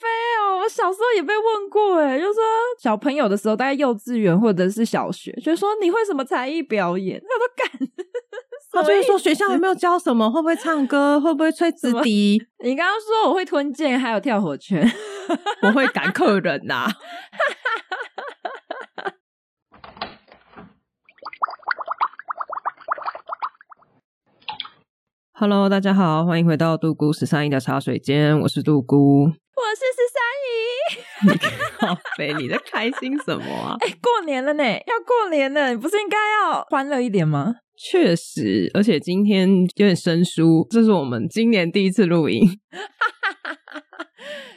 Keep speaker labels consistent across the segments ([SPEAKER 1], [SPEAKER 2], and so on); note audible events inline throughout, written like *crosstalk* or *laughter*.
[SPEAKER 1] 没有，我小时候也被问过，哎，就说小朋友的时候，大概幼稚园或者是小学，就说你会什么才艺表演？我都敢。
[SPEAKER 2] *laughs* 他
[SPEAKER 1] 所
[SPEAKER 2] 就
[SPEAKER 1] 以
[SPEAKER 2] 是说学校有没有教什么，会不会唱歌，会不会吹直笛，
[SPEAKER 1] 你刚刚说我会吞剑，还有跳火圈， *laughs*
[SPEAKER 2] 我会赶客人呐、Hello，大家好，欢迎回到杜姑十三姨的茶水间，我是杜姑。
[SPEAKER 1] 我是十三姨。
[SPEAKER 2] 好肥，你在开心什么啊？
[SPEAKER 1] 哎、过年了呢，要过年了，你不是应该要欢乐一点吗？
[SPEAKER 2] 确实，而且今天有点生疏，这是我们今年第一次录音。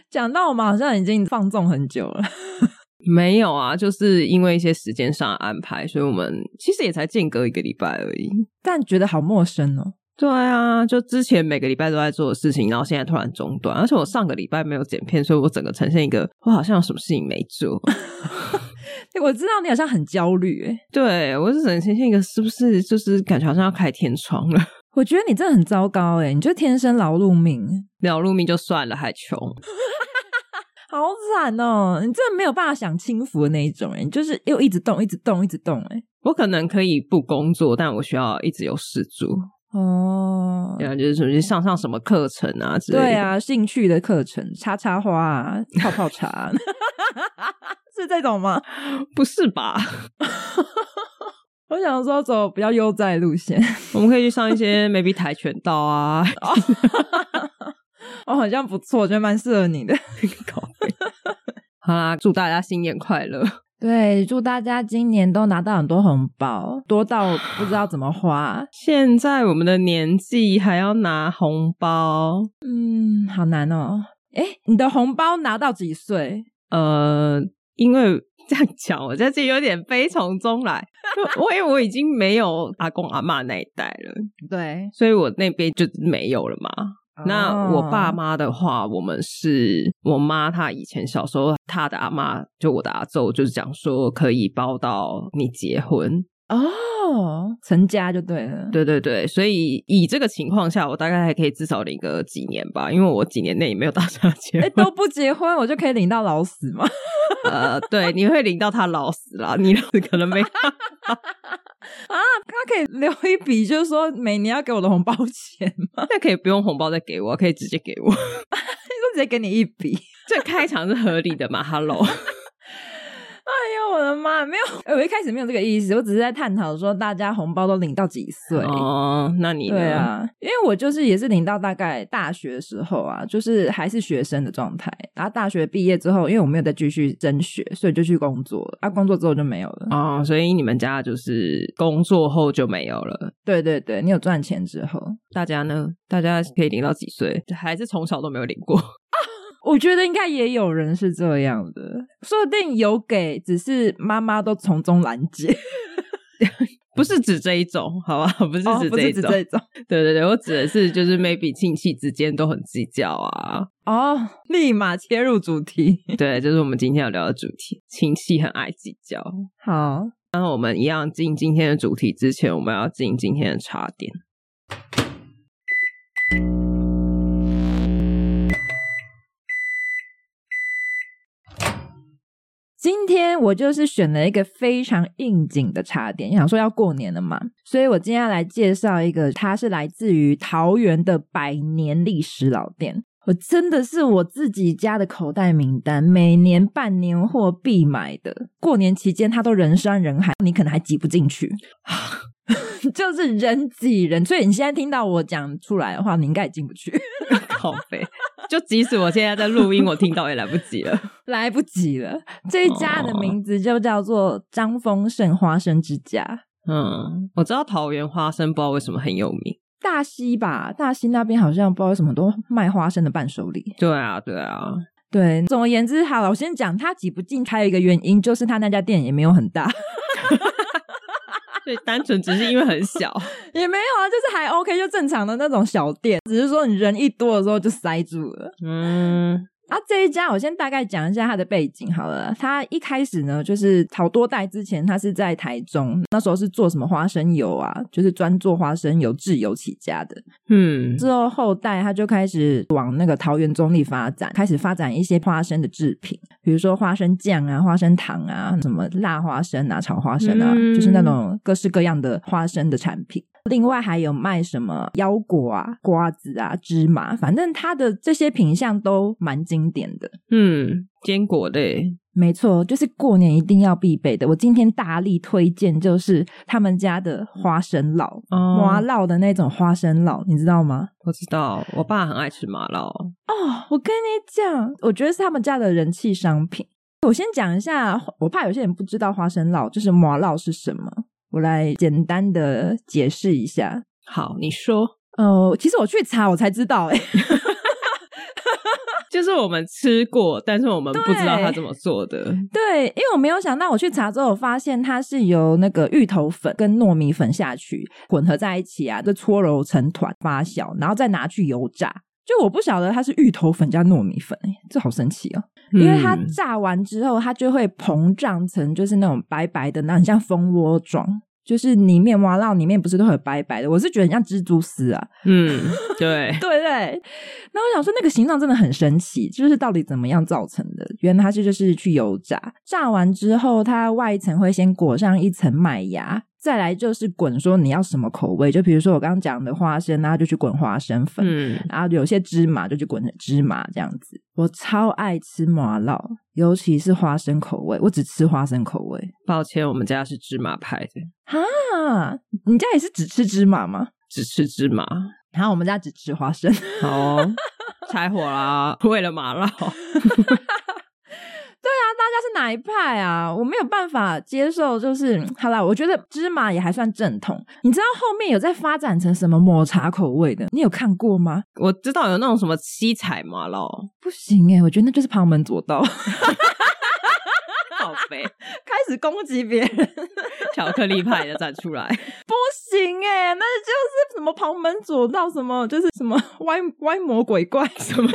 [SPEAKER 1] 讲到我们好像已经放纵很久了， *laughs*
[SPEAKER 2] 没有啊，就是因为一些时间上的安排，所以我们其实也才间隔一个礼拜而已。
[SPEAKER 1] 但觉得好陌生哦。
[SPEAKER 2] 对啊，就之前每个礼拜都在做的事情，然后现在突然中断，而且我上个礼拜没有剪片，所以我整个呈现一个我好像有什么事情没做。 *laughs*
[SPEAKER 1] 哎我知道你好像很焦虑，哎，
[SPEAKER 2] 对我是整个呈现一个是不是就是感觉好像要开天窗了？
[SPEAKER 1] 我觉得你真的很糟糕，哎，你就天生劳碌命，
[SPEAKER 2] 聊路命就算了，还穷。
[SPEAKER 1] 好惨哦！你真的没有办法享清福的那一种欸人，你就是又一直动，一直动，一直动、哎，
[SPEAKER 2] 我可能可以不工作，但我需要一直有事做，
[SPEAKER 1] 哦，
[SPEAKER 2] 然后就是什么去上上什么课程啊之类的。
[SPEAKER 1] 对，啊，兴趣的课程，插插花、啊、泡泡茶啊， *laughs* 是这种吗？
[SPEAKER 2] 不是吧？ *laughs*
[SPEAKER 1] 我想说走比较悠哉的路线，
[SPEAKER 2] 我们可以去上
[SPEAKER 1] *laughs*
[SPEAKER 2] 一些 maybe 跆拳道啊，
[SPEAKER 1] 哦，好像不错，我觉得蛮适合你的。
[SPEAKER 2] 好啦，祝大家新年快乐！
[SPEAKER 1] *laughs* 对，祝大家今年都拿到很多红包，多到不知道怎么 *laughs* 花。
[SPEAKER 2] 现在我们的年纪还要拿红包，
[SPEAKER 1] 嗯，好难哦。哎，你的红包拿到几岁？
[SPEAKER 2] 呃，因为这样讲，我觉得自己有点悲从中来，就我因为我已经没有阿公阿妈那一代了，
[SPEAKER 1] 对，
[SPEAKER 2] 所以我那边就没有了嘛。那我爸
[SPEAKER 1] 哦
[SPEAKER 2] 妈的话，我们是我妈，她以前小时候，她的阿妈就我的阿昼，就是讲说可以包到你结婚，
[SPEAKER 1] 哦，成家就对了。
[SPEAKER 2] 对对对，所以以这个情况下，我大概还可以至少领个几年吧，因为我几年内也没有打算要结
[SPEAKER 1] 哎、
[SPEAKER 2] 婚。 *laughs*
[SPEAKER 1] 都不结婚，我就可以领到老死吗？ *laughs*
[SPEAKER 2] 呃，对，你会领到他老死啦，你老死可能没。
[SPEAKER 1] 他可以留一笔，就是说每年要给我的红包钱 *laughs* 吗？
[SPEAKER 2] 那可以不用红包再给我，可以直接给我。 *laughs*
[SPEAKER 1] 就直接给你一笔。
[SPEAKER 2] 这开场是合理的嘛
[SPEAKER 1] *laughs*
[SPEAKER 2] ？Hello，
[SPEAKER 1] 哎呦，我的妈！没有，哎我一开始没有这个意思，我只是在探讨说大家红包都领到几岁。
[SPEAKER 2] 哦，那你呢
[SPEAKER 1] 对，啊，因为我就是也是领到大概大学的时候啊，就是还是学生的状态。然后大学毕业之后，因为我没有再继续升学，所以就去工作了。啊，工作之后就没有了。
[SPEAKER 2] 哦，所以你们家就是工作后就没有了。
[SPEAKER 1] 对对对，你有赚钱之后，
[SPEAKER 2] 大家呢？大家可以领到几岁？还是从小都没有领过？ *laughs*
[SPEAKER 1] 我觉得应该也有人是这样的，说不定有给，只是妈妈都从中拦截，
[SPEAKER 2] 不是指这一种，好吧？不是
[SPEAKER 1] 哦
[SPEAKER 2] 指
[SPEAKER 1] 不
[SPEAKER 2] 这一
[SPEAKER 1] 指
[SPEAKER 2] 种。
[SPEAKER 1] 这种
[SPEAKER 2] 对对对，我指的是就是 maybe 亲戚之间都很计较啊。
[SPEAKER 1] 哦，立马切入主题。 *laughs*
[SPEAKER 2] 对，这、是我们今天要聊的主题，亲戚很爱计较。
[SPEAKER 1] 好，
[SPEAKER 2] 那我们一样进今天的主题之前，我们要进今天的茶点。
[SPEAKER 1] 今天我就是选了一个非常应景的茶点，想说要过年了嘛，所以我今天要来介绍一个，它是来自于桃园的百年历史老店。我真的是我自己家的口袋名单，每年办年货必买的。过年期间，它都人山人海，你可能还挤不进去， *laughs* 就是人挤人。所以你现在听到我讲出来的话，你应该也进不去。 *laughs*
[SPEAKER 2] *laughs* 靠背。就即使我现在在录音，我听到也来不及了。
[SPEAKER 1] 来不及了。这一家的名字就叫做张丰盛花生之家，
[SPEAKER 2] 嗯，我知道桃园花生不知道为什么很有名。
[SPEAKER 1] 大溪吧，大溪那边好像不知道为什么都卖花生的伴手礼。
[SPEAKER 2] 对啊，对啊，
[SPEAKER 1] 对，总而言之，好了，我先讲它挤不进，还有一个原因就是它那家店也没有很大， *laughs*
[SPEAKER 2] 所以单纯只是因为很小。
[SPEAKER 1] 也没有啊，就是还 OK，就正常的那种小店，只是说你人一多的时候就塞住了。
[SPEAKER 2] 嗯
[SPEAKER 1] 啊，这一家我先大概讲一下它的背景好了。它一开始呢，就是好多代之前，它是在台中，那时候是做什么花生油啊，就是专做花生油制油起家的。
[SPEAKER 2] 嗯
[SPEAKER 1] 之后后代他就开始往那个桃园中立发展，开始发展一些花生的制品，比如说花生酱啊、花生糖啊、什么辣花生啊、炒花生啊，
[SPEAKER 2] 嗯
[SPEAKER 1] 就是那种各式各样的花生的产品。另外还有卖什么腰果啊、瓜子啊、芝麻，反正它的这些品相都蛮经典的。
[SPEAKER 2] 嗯，坚果类。
[SPEAKER 1] 没错，就是过年一定要必备的。我今天大力推荐就是他们家的花生酪，
[SPEAKER 2] 哦
[SPEAKER 1] 麻酪的那种花生酪，你知道吗？
[SPEAKER 2] 我知道，我爸很爱吃麻辣。
[SPEAKER 1] 哦，我跟你讲，我觉得是他们家的人气商品。我先讲一下，我怕有些人不知道花生酪就是麻酪是什么，我来简单的解释一下。
[SPEAKER 2] 好，你说，
[SPEAKER 1] 呃，其实我去查我才知道、欸， *laughs*
[SPEAKER 2] 就是我们吃过，但是我们不知道
[SPEAKER 1] 对
[SPEAKER 2] 他怎么做的。
[SPEAKER 1] 对，因为我没有想到，我去查之后，我发现它是由那个芋头粉跟糯米粉下去混合在一起啊，就搓揉成团发酵，然后再拿去油炸。就我不晓得它是芋头粉加糯米粉、欸，这好神奇哦、因为它
[SPEAKER 2] 嗯
[SPEAKER 1] 炸完之后，它就会膨胀成就是那种白白的，那很像蜂窝状，就是里面挖到里面不是都很白白的，我是觉得很像蜘蛛丝啊，
[SPEAKER 2] 嗯，
[SPEAKER 1] *laughs*
[SPEAKER 2] 对，
[SPEAKER 1] 对对。那我想说，那个形状真的很神奇，就是到底怎么样造成的？原来它是就是去油炸，炸完之后，它外层会先裹上一层麦芽。再来就是滚，说你要什么口味，就比如说我刚刚讲的花生，然后就去滚花生粉，
[SPEAKER 2] 嗯，
[SPEAKER 1] 然后有些芝麻就去滚成芝麻这样子。我超爱吃麻辣，尤其是花生口味，我只吃花生口味。
[SPEAKER 2] 抱歉，我们家是芝麻派的，
[SPEAKER 1] 啊，你家也是只吃芝麻吗？
[SPEAKER 2] 只吃芝麻。
[SPEAKER 1] 然后我们家只吃花生。 *laughs* 啊
[SPEAKER 2] 好哦，柴火啦，为了麻辣。
[SPEAKER 1] 对啊，大家是哪一派啊？我没有办法接受，就是嗯好啦，我觉得芝麻也还算正统。你知道后面有在发展成什么抹茶口味的？你有看过吗？
[SPEAKER 2] 我知道有那种什么七彩麻辣，
[SPEAKER 1] 不行欸诶、我觉得那就是旁门左道， *laughs*
[SPEAKER 2] 好肥，
[SPEAKER 1] 开始攻击别人。
[SPEAKER 2] 巧克力派的站出来。 *laughs*
[SPEAKER 1] 不行哎、那就是什么旁门左道，什么就是什么 *laughs* 歪歪魔鬼怪什么。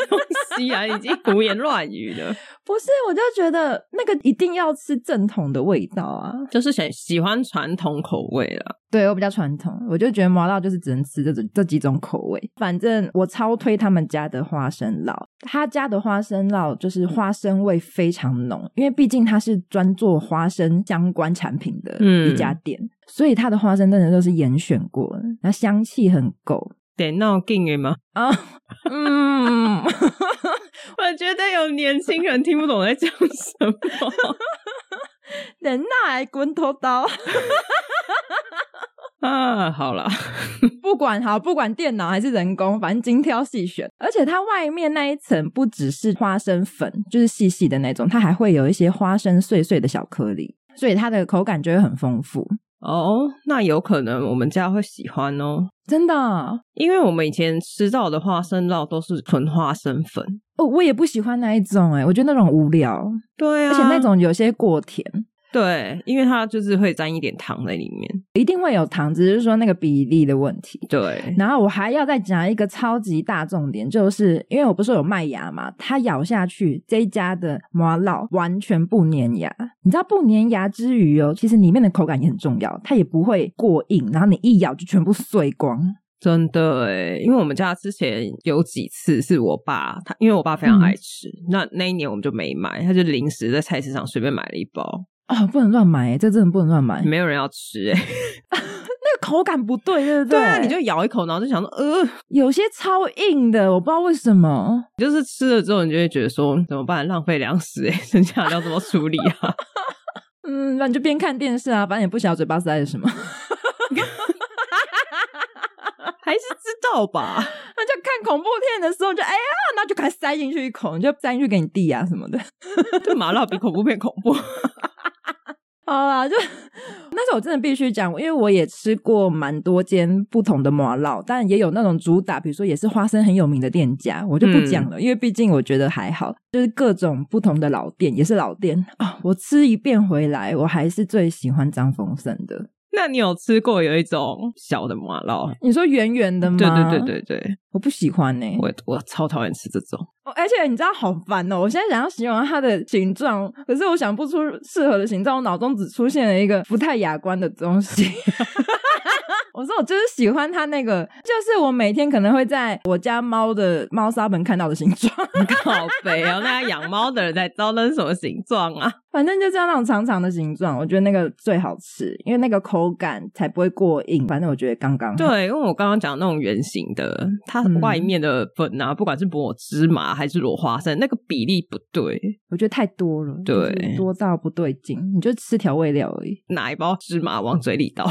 [SPEAKER 2] 西然已经胡言乱语了，
[SPEAKER 1] *laughs* 不是，我就觉得那个一定要吃正统的味道啊。
[SPEAKER 2] 就是喜喜欢传统口味了。
[SPEAKER 1] 对我比较传统，我就觉得麻辣就是只能吃这种这几种口味。反正我超推他们家的花生酪，他家的花生酪就是花生味非常浓，因为毕竟它是专做花生相关产品的一家店，所以它的花生真的都是严选过的，那香气很够
[SPEAKER 2] 得闹劲吗？
[SPEAKER 1] 啊。嗯，
[SPEAKER 2] 我觉得有年轻人听不懂在讲什么 *laughs*
[SPEAKER 1] 忍耐滚头刀，
[SPEAKER 2] 啊！好了，
[SPEAKER 1] 不管好，不管电脑还是人工，反正精挑细选。而且它外面那一层不只是花生粉，就是细细的那种，它还会有一些花生碎碎的小颗粒，所以它的口感就会很丰富。
[SPEAKER 2] 哦，那有可能我们家会喜欢哦，
[SPEAKER 1] 真的
[SPEAKER 2] 因为我们以前吃到的花生酪都是纯花生粉。
[SPEAKER 1] 哦，我也不喜欢那一种哎、我觉得那种无聊，
[SPEAKER 2] 对啊，
[SPEAKER 1] 而且那种有些过甜，
[SPEAKER 2] 对，因为它就是会沾一点糖在里面。
[SPEAKER 1] 一定会有糖，只是说那个比例的问题。
[SPEAKER 2] 对，
[SPEAKER 1] 然后我还要再讲一个超级大重点，就是因为我不是有麦芽嘛，它咬下去这一家的麻辣完全不粘牙。你知道不粘牙之余哦，其实里面的口感也很重要，它也不会过硬，然后你一咬就全部碎光。
[SPEAKER 2] 真的诶，因为我们家之前有几次是我爸，他因为我爸非
[SPEAKER 1] 嗯
[SPEAKER 2] 常爱吃，那那一年我们就没买，他就临时在菜市场随便买了一包，
[SPEAKER 1] 哦，不能乱买耶，这真的不能乱买，那
[SPEAKER 2] 没有人要吃 *laughs* 诶。
[SPEAKER 1] 个口感不对，对不
[SPEAKER 2] 对
[SPEAKER 1] 对
[SPEAKER 2] 啊，你就咬一口，然后就想说，呃，
[SPEAKER 1] 有些超硬的，我不知道为什么。
[SPEAKER 2] 就是吃了之后，你就会觉得说怎么办，浪费粮食诶，剩下的要怎么处理啊？ *laughs*
[SPEAKER 1] 嗯，那你就边看电视啊，反正也不晓得嘴巴塞了什么。
[SPEAKER 2] 还是知道吧？
[SPEAKER 1] *laughs*
[SPEAKER 2] *laughs*
[SPEAKER 1] 那就看恐怖片的时候，你就哎呀，那就赶快塞进去一口，你就塞进去给你弟啊什么的。
[SPEAKER 2] 这麻辣比恐怖片恐怖。
[SPEAKER 1] 好啦，就那时候我真的必须讲，因为我也吃过蛮多间不同的麻辣，但也有那种主打，比如说也是花生很有名的店家，我就不
[SPEAKER 2] 嗯
[SPEAKER 1] 讲了，因为毕竟我觉得还好，就是各种不同的老店也是老店啊、我吃一遍回来，我还是最喜欢张丰盛的。
[SPEAKER 2] 那你有吃过有一种小的麻辣？
[SPEAKER 1] 你说圆圆的吗？
[SPEAKER 2] 对对对对对，
[SPEAKER 1] 我不喜欢呢、欸
[SPEAKER 2] 我我超讨厌吃这种。
[SPEAKER 1] 哦而且你知道好烦哦！我现在想要形容它的形状，可是我想不出适合的形状，我脑中只出现了一个不太雅观的东西。 *laughs* 我说我就是喜欢它那个，就是我每天可能会在我家猫的猫砂盆看到的形状， *laughs*
[SPEAKER 2] *laughs* 好肥哦！那养猫的人才知道那是什么形状啊？
[SPEAKER 1] 反正就是要那种长长的形状，我觉得那个最好吃，因为那个口感才不会过硬。反正我觉得刚刚好
[SPEAKER 2] 对，因为我刚刚讲那种圆形的，它
[SPEAKER 1] 嗯
[SPEAKER 2] 外面的粉啊，不管是抹芝麻还是抹花生，那个比例不对，
[SPEAKER 1] 我觉得太多了，
[SPEAKER 2] 对
[SPEAKER 1] 就是多到不对劲，你就吃调味料而已，
[SPEAKER 2] 拿一包芝麻往嘴里倒。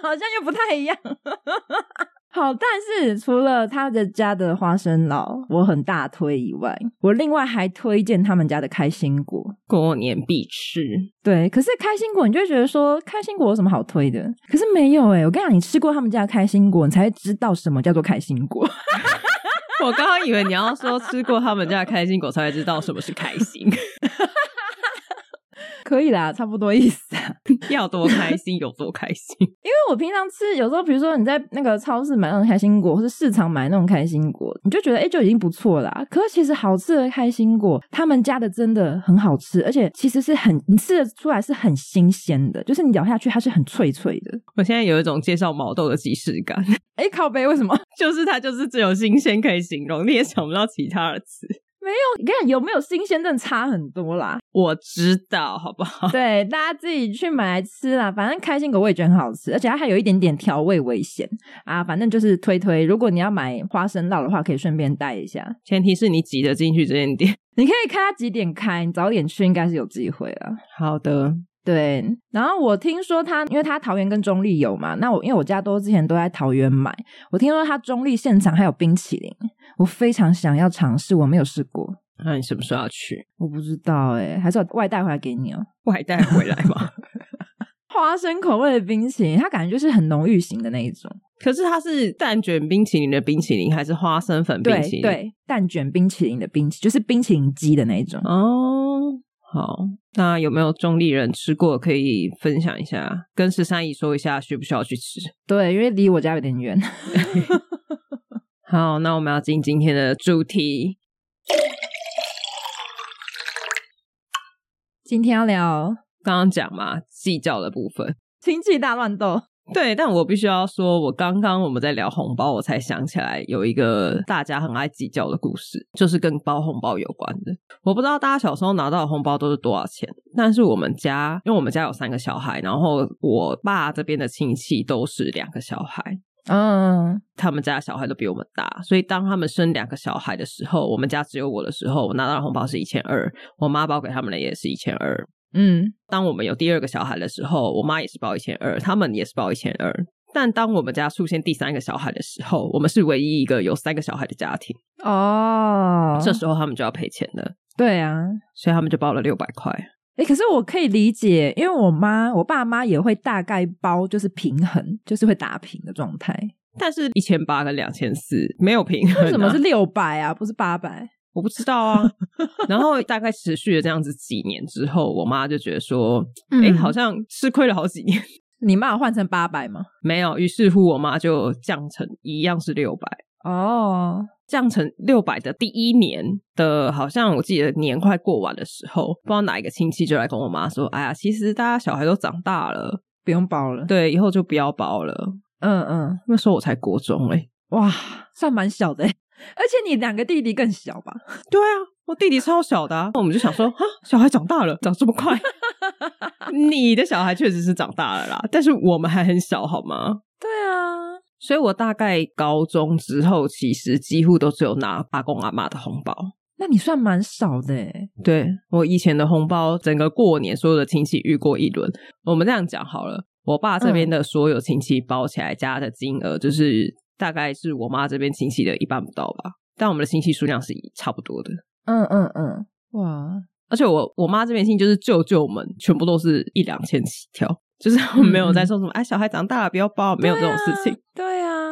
[SPEAKER 1] 好像又不太一样。 *laughs* 好，但是除了他的家的花生酪，我很大推以外，我另外还推荐他们家的开心果。
[SPEAKER 2] 过年必吃，
[SPEAKER 1] 对，可是开心果你就会觉得说，开心果有什么好推的？可是没有欸诶、我跟你讲，你吃过他们家的开心果，你才会知道什么叫做开心果。 *laughs*
[SPEAKER 2] 我刚刚以为你要说吃过他们家的开心果才会知道什么是开心， *laughs*
[SPEAKER 1] 可以啦，差不多意思啊。
[SPEAKER 2] 要多开心有多开心。
[SPEAKER 1] 因为我平常吃，有时候比如说你在那个超市买那种开心果，或是市场买那种开心果，你就觉得哎、诶就已经不错啦、可是其实好吃的开心果，他们家的真的很好吃，而且其实是很你吃得出来是很新鲜的，就是你咬下去它是很脆脆的。
[SPEAKER 2] 我现在有一种介绍毛豆的即视感，
[SPEAKER 1] 哎、靠背为什么？ *laughs*
[SPEAKER 2] 就是它就是只有新鲜可以形容，你也想不到其他的词。
[SPEAKER 1] 你看有没有新鲜，真的差很多啦。
[SPEAKER 2] 我知道，好不好？
[SPEAKER 1] 对，大家自己去买来吃啦。反正开心果我也觉得很好吃，而且它还有一点点调味危险啊。反正就是推推，如果你要买花生酪的话，可以顺便带一下。
[SPEAKER 2] 前提是你挤得进去这间店。 *laughs*
[SPEAKER 1] 你可以看他几点开，你早点去应该是有机会了。
[SPEAKER 2] 好的，
[SPEAKER 1] 对，然后我听说他，因为他桃园跟中立有嘛，那我因为我家都之前都在桃园买，我听说他中立现场还有冰淇淋，我非常想要尝试，我没有试过，
[SPEAKER 2] 那你什么时候要去？
[SPEAKER 1] 我不知道哎、还是我外带回来给你哦、
[SPEAKER 2] 外带回来吗？ *laughs*
[SPEAKER 1] 花生口味的冰淇淋，它感觉就是很浓郁型的那一种，
[SPEAKER 2] 可是它是蛋卷冰淇淋的冰淇淋，还是花生粉冰
[SPEAKER 1] 对
[SPEAKER 2] 淇淋？，
[SPEAKER 1] 对，蛋卷冰淇淋的冰淇，就是冰淇淋机的那一种。
[SPEAKER 2] 哦，好。那有没有中立人吃过？可以分享一下，跟十三姨说一下，需不需要去吃？
[SPEAKER 1] 对，因为离我家有点远。 *laughs*
[SPEAKER 2] 好，那我们要进今天的主题。
[SPEAKER 1] 今天要聊
[SPEAKER 2] 刚刚讲嘛，计较的部分。
[SPEAKER 1] 亲戚大乱斗。
[SPEAKER 2] 对，但我必须要说，我刚刚我们在聊红包，我才想起来有一个大家很爱计较的故事，就是跟包红包有关的。我不知道大家小时候拿到的红包都是多少钱，但是我们家，因为我们家有三个小孩，然后我爸这边的亲戚都是两个小孩，
[SPEAKER 1] 嗯，
[SPEAKER 2] 他们家小孩都比我们大，所以当他们生两个小孩的时候，我们家只有我的时候，我拿到的红包是一千二，我妈包给他们的也是一千二。
[SPEAKER 1] 嗯，
[SPEAKER 2] 当我们有第二个小孩的时候，我妈也是包一千二，他们也是包一千二。但当我们家出现第三个小孩的时候，我们是唯一一个有三个小孩的家庭，
[SPEAKER 1] 哦，
[SPEAKER 2] 这时候他们就要赔钱了，
[SPEAKER 1] 对啊，
[SPEAKER 2] 所以他们就包了六百块。
[SPEAKER 1] 诶，可是我可以理解，因为我妈、我爸妈也会大概包，就是平衡，就是会打平的状 *laughs* 态。
[SPEAKER 2] 但是一千八跟两千四没有平衡、啊，
[SPEAKER 1] 为什么是六百啊，不是八百？
[SPEAKER 2] 我不知
[SPEAKER 1] *laughs*
[SPEAKER 2] 道啊。然后大概持续了这样子几年之后，我妈就觉得说，哎、
[SPEAKER 1] 嗯
[SPEAKER 2] 好像吃亏了好几年。
[SPEAKER 1] 你妈有换成八百吗？
[SPEAKER 2] 没有，于是乎我妈就降成一样是六百，
[SPEAKER 1] 哦，
[SPEAKER 2] 降成六百的第一年的，好像我记得年快过完的时候，不知道哪一个亲戚就来跟我妈说：“哎呀，其实大家小孩都长大了，
[SPEAKER 1] 不用包了。
[SPEAKER 2] 对，以后就不要包了。
[SPEAKER 1] 嗯嗯，”
[SPEAKER 2] 那时候我才国中哎、
[SPEAKER 1] 哇，算蛮小的诶，欸而且你两个弟弟更小吧？
[SPEAKER 2] 对啊，我弟弟超小的、啊，我们就想说啊，小孩长大了，长这么快。 *laughs* 你的小孩确实是长大了啦，但是我们还很小，好吗？
[SPEAKER 1] 对啊，
[SPEAKER 2] 所以我大概高中之后，其实几乎都只有拿阿公阿妈的红包。
[SPEAKER 1] 那你算蛮少的欸诶。
[SPEAKER 2] 对我以前的红包，整个过年所有的亲戚遇过一轮。我们这样讲好了，我爸
[SPEAKER 1] 嗯
[SPEAKER 2] 这边的所有亲戚包起来加的金额，就是大概是我妈这边亲戚的一半不到吧。但我们的亲戚数量是差不多的，
[SPEAKER 1] 嗯嗯嗯，哇，
[SPEAKER 2] 而且我我妈这边亲戚就是舅舅们全部都是一两千起跳，就是我没有在说
[SPEAKER 1] *laughs*
[SPEAKER 2] 什么、哎小孩长大了不要包，没有这种事情。
[SPEAKER 1] 嗯对啊。对啊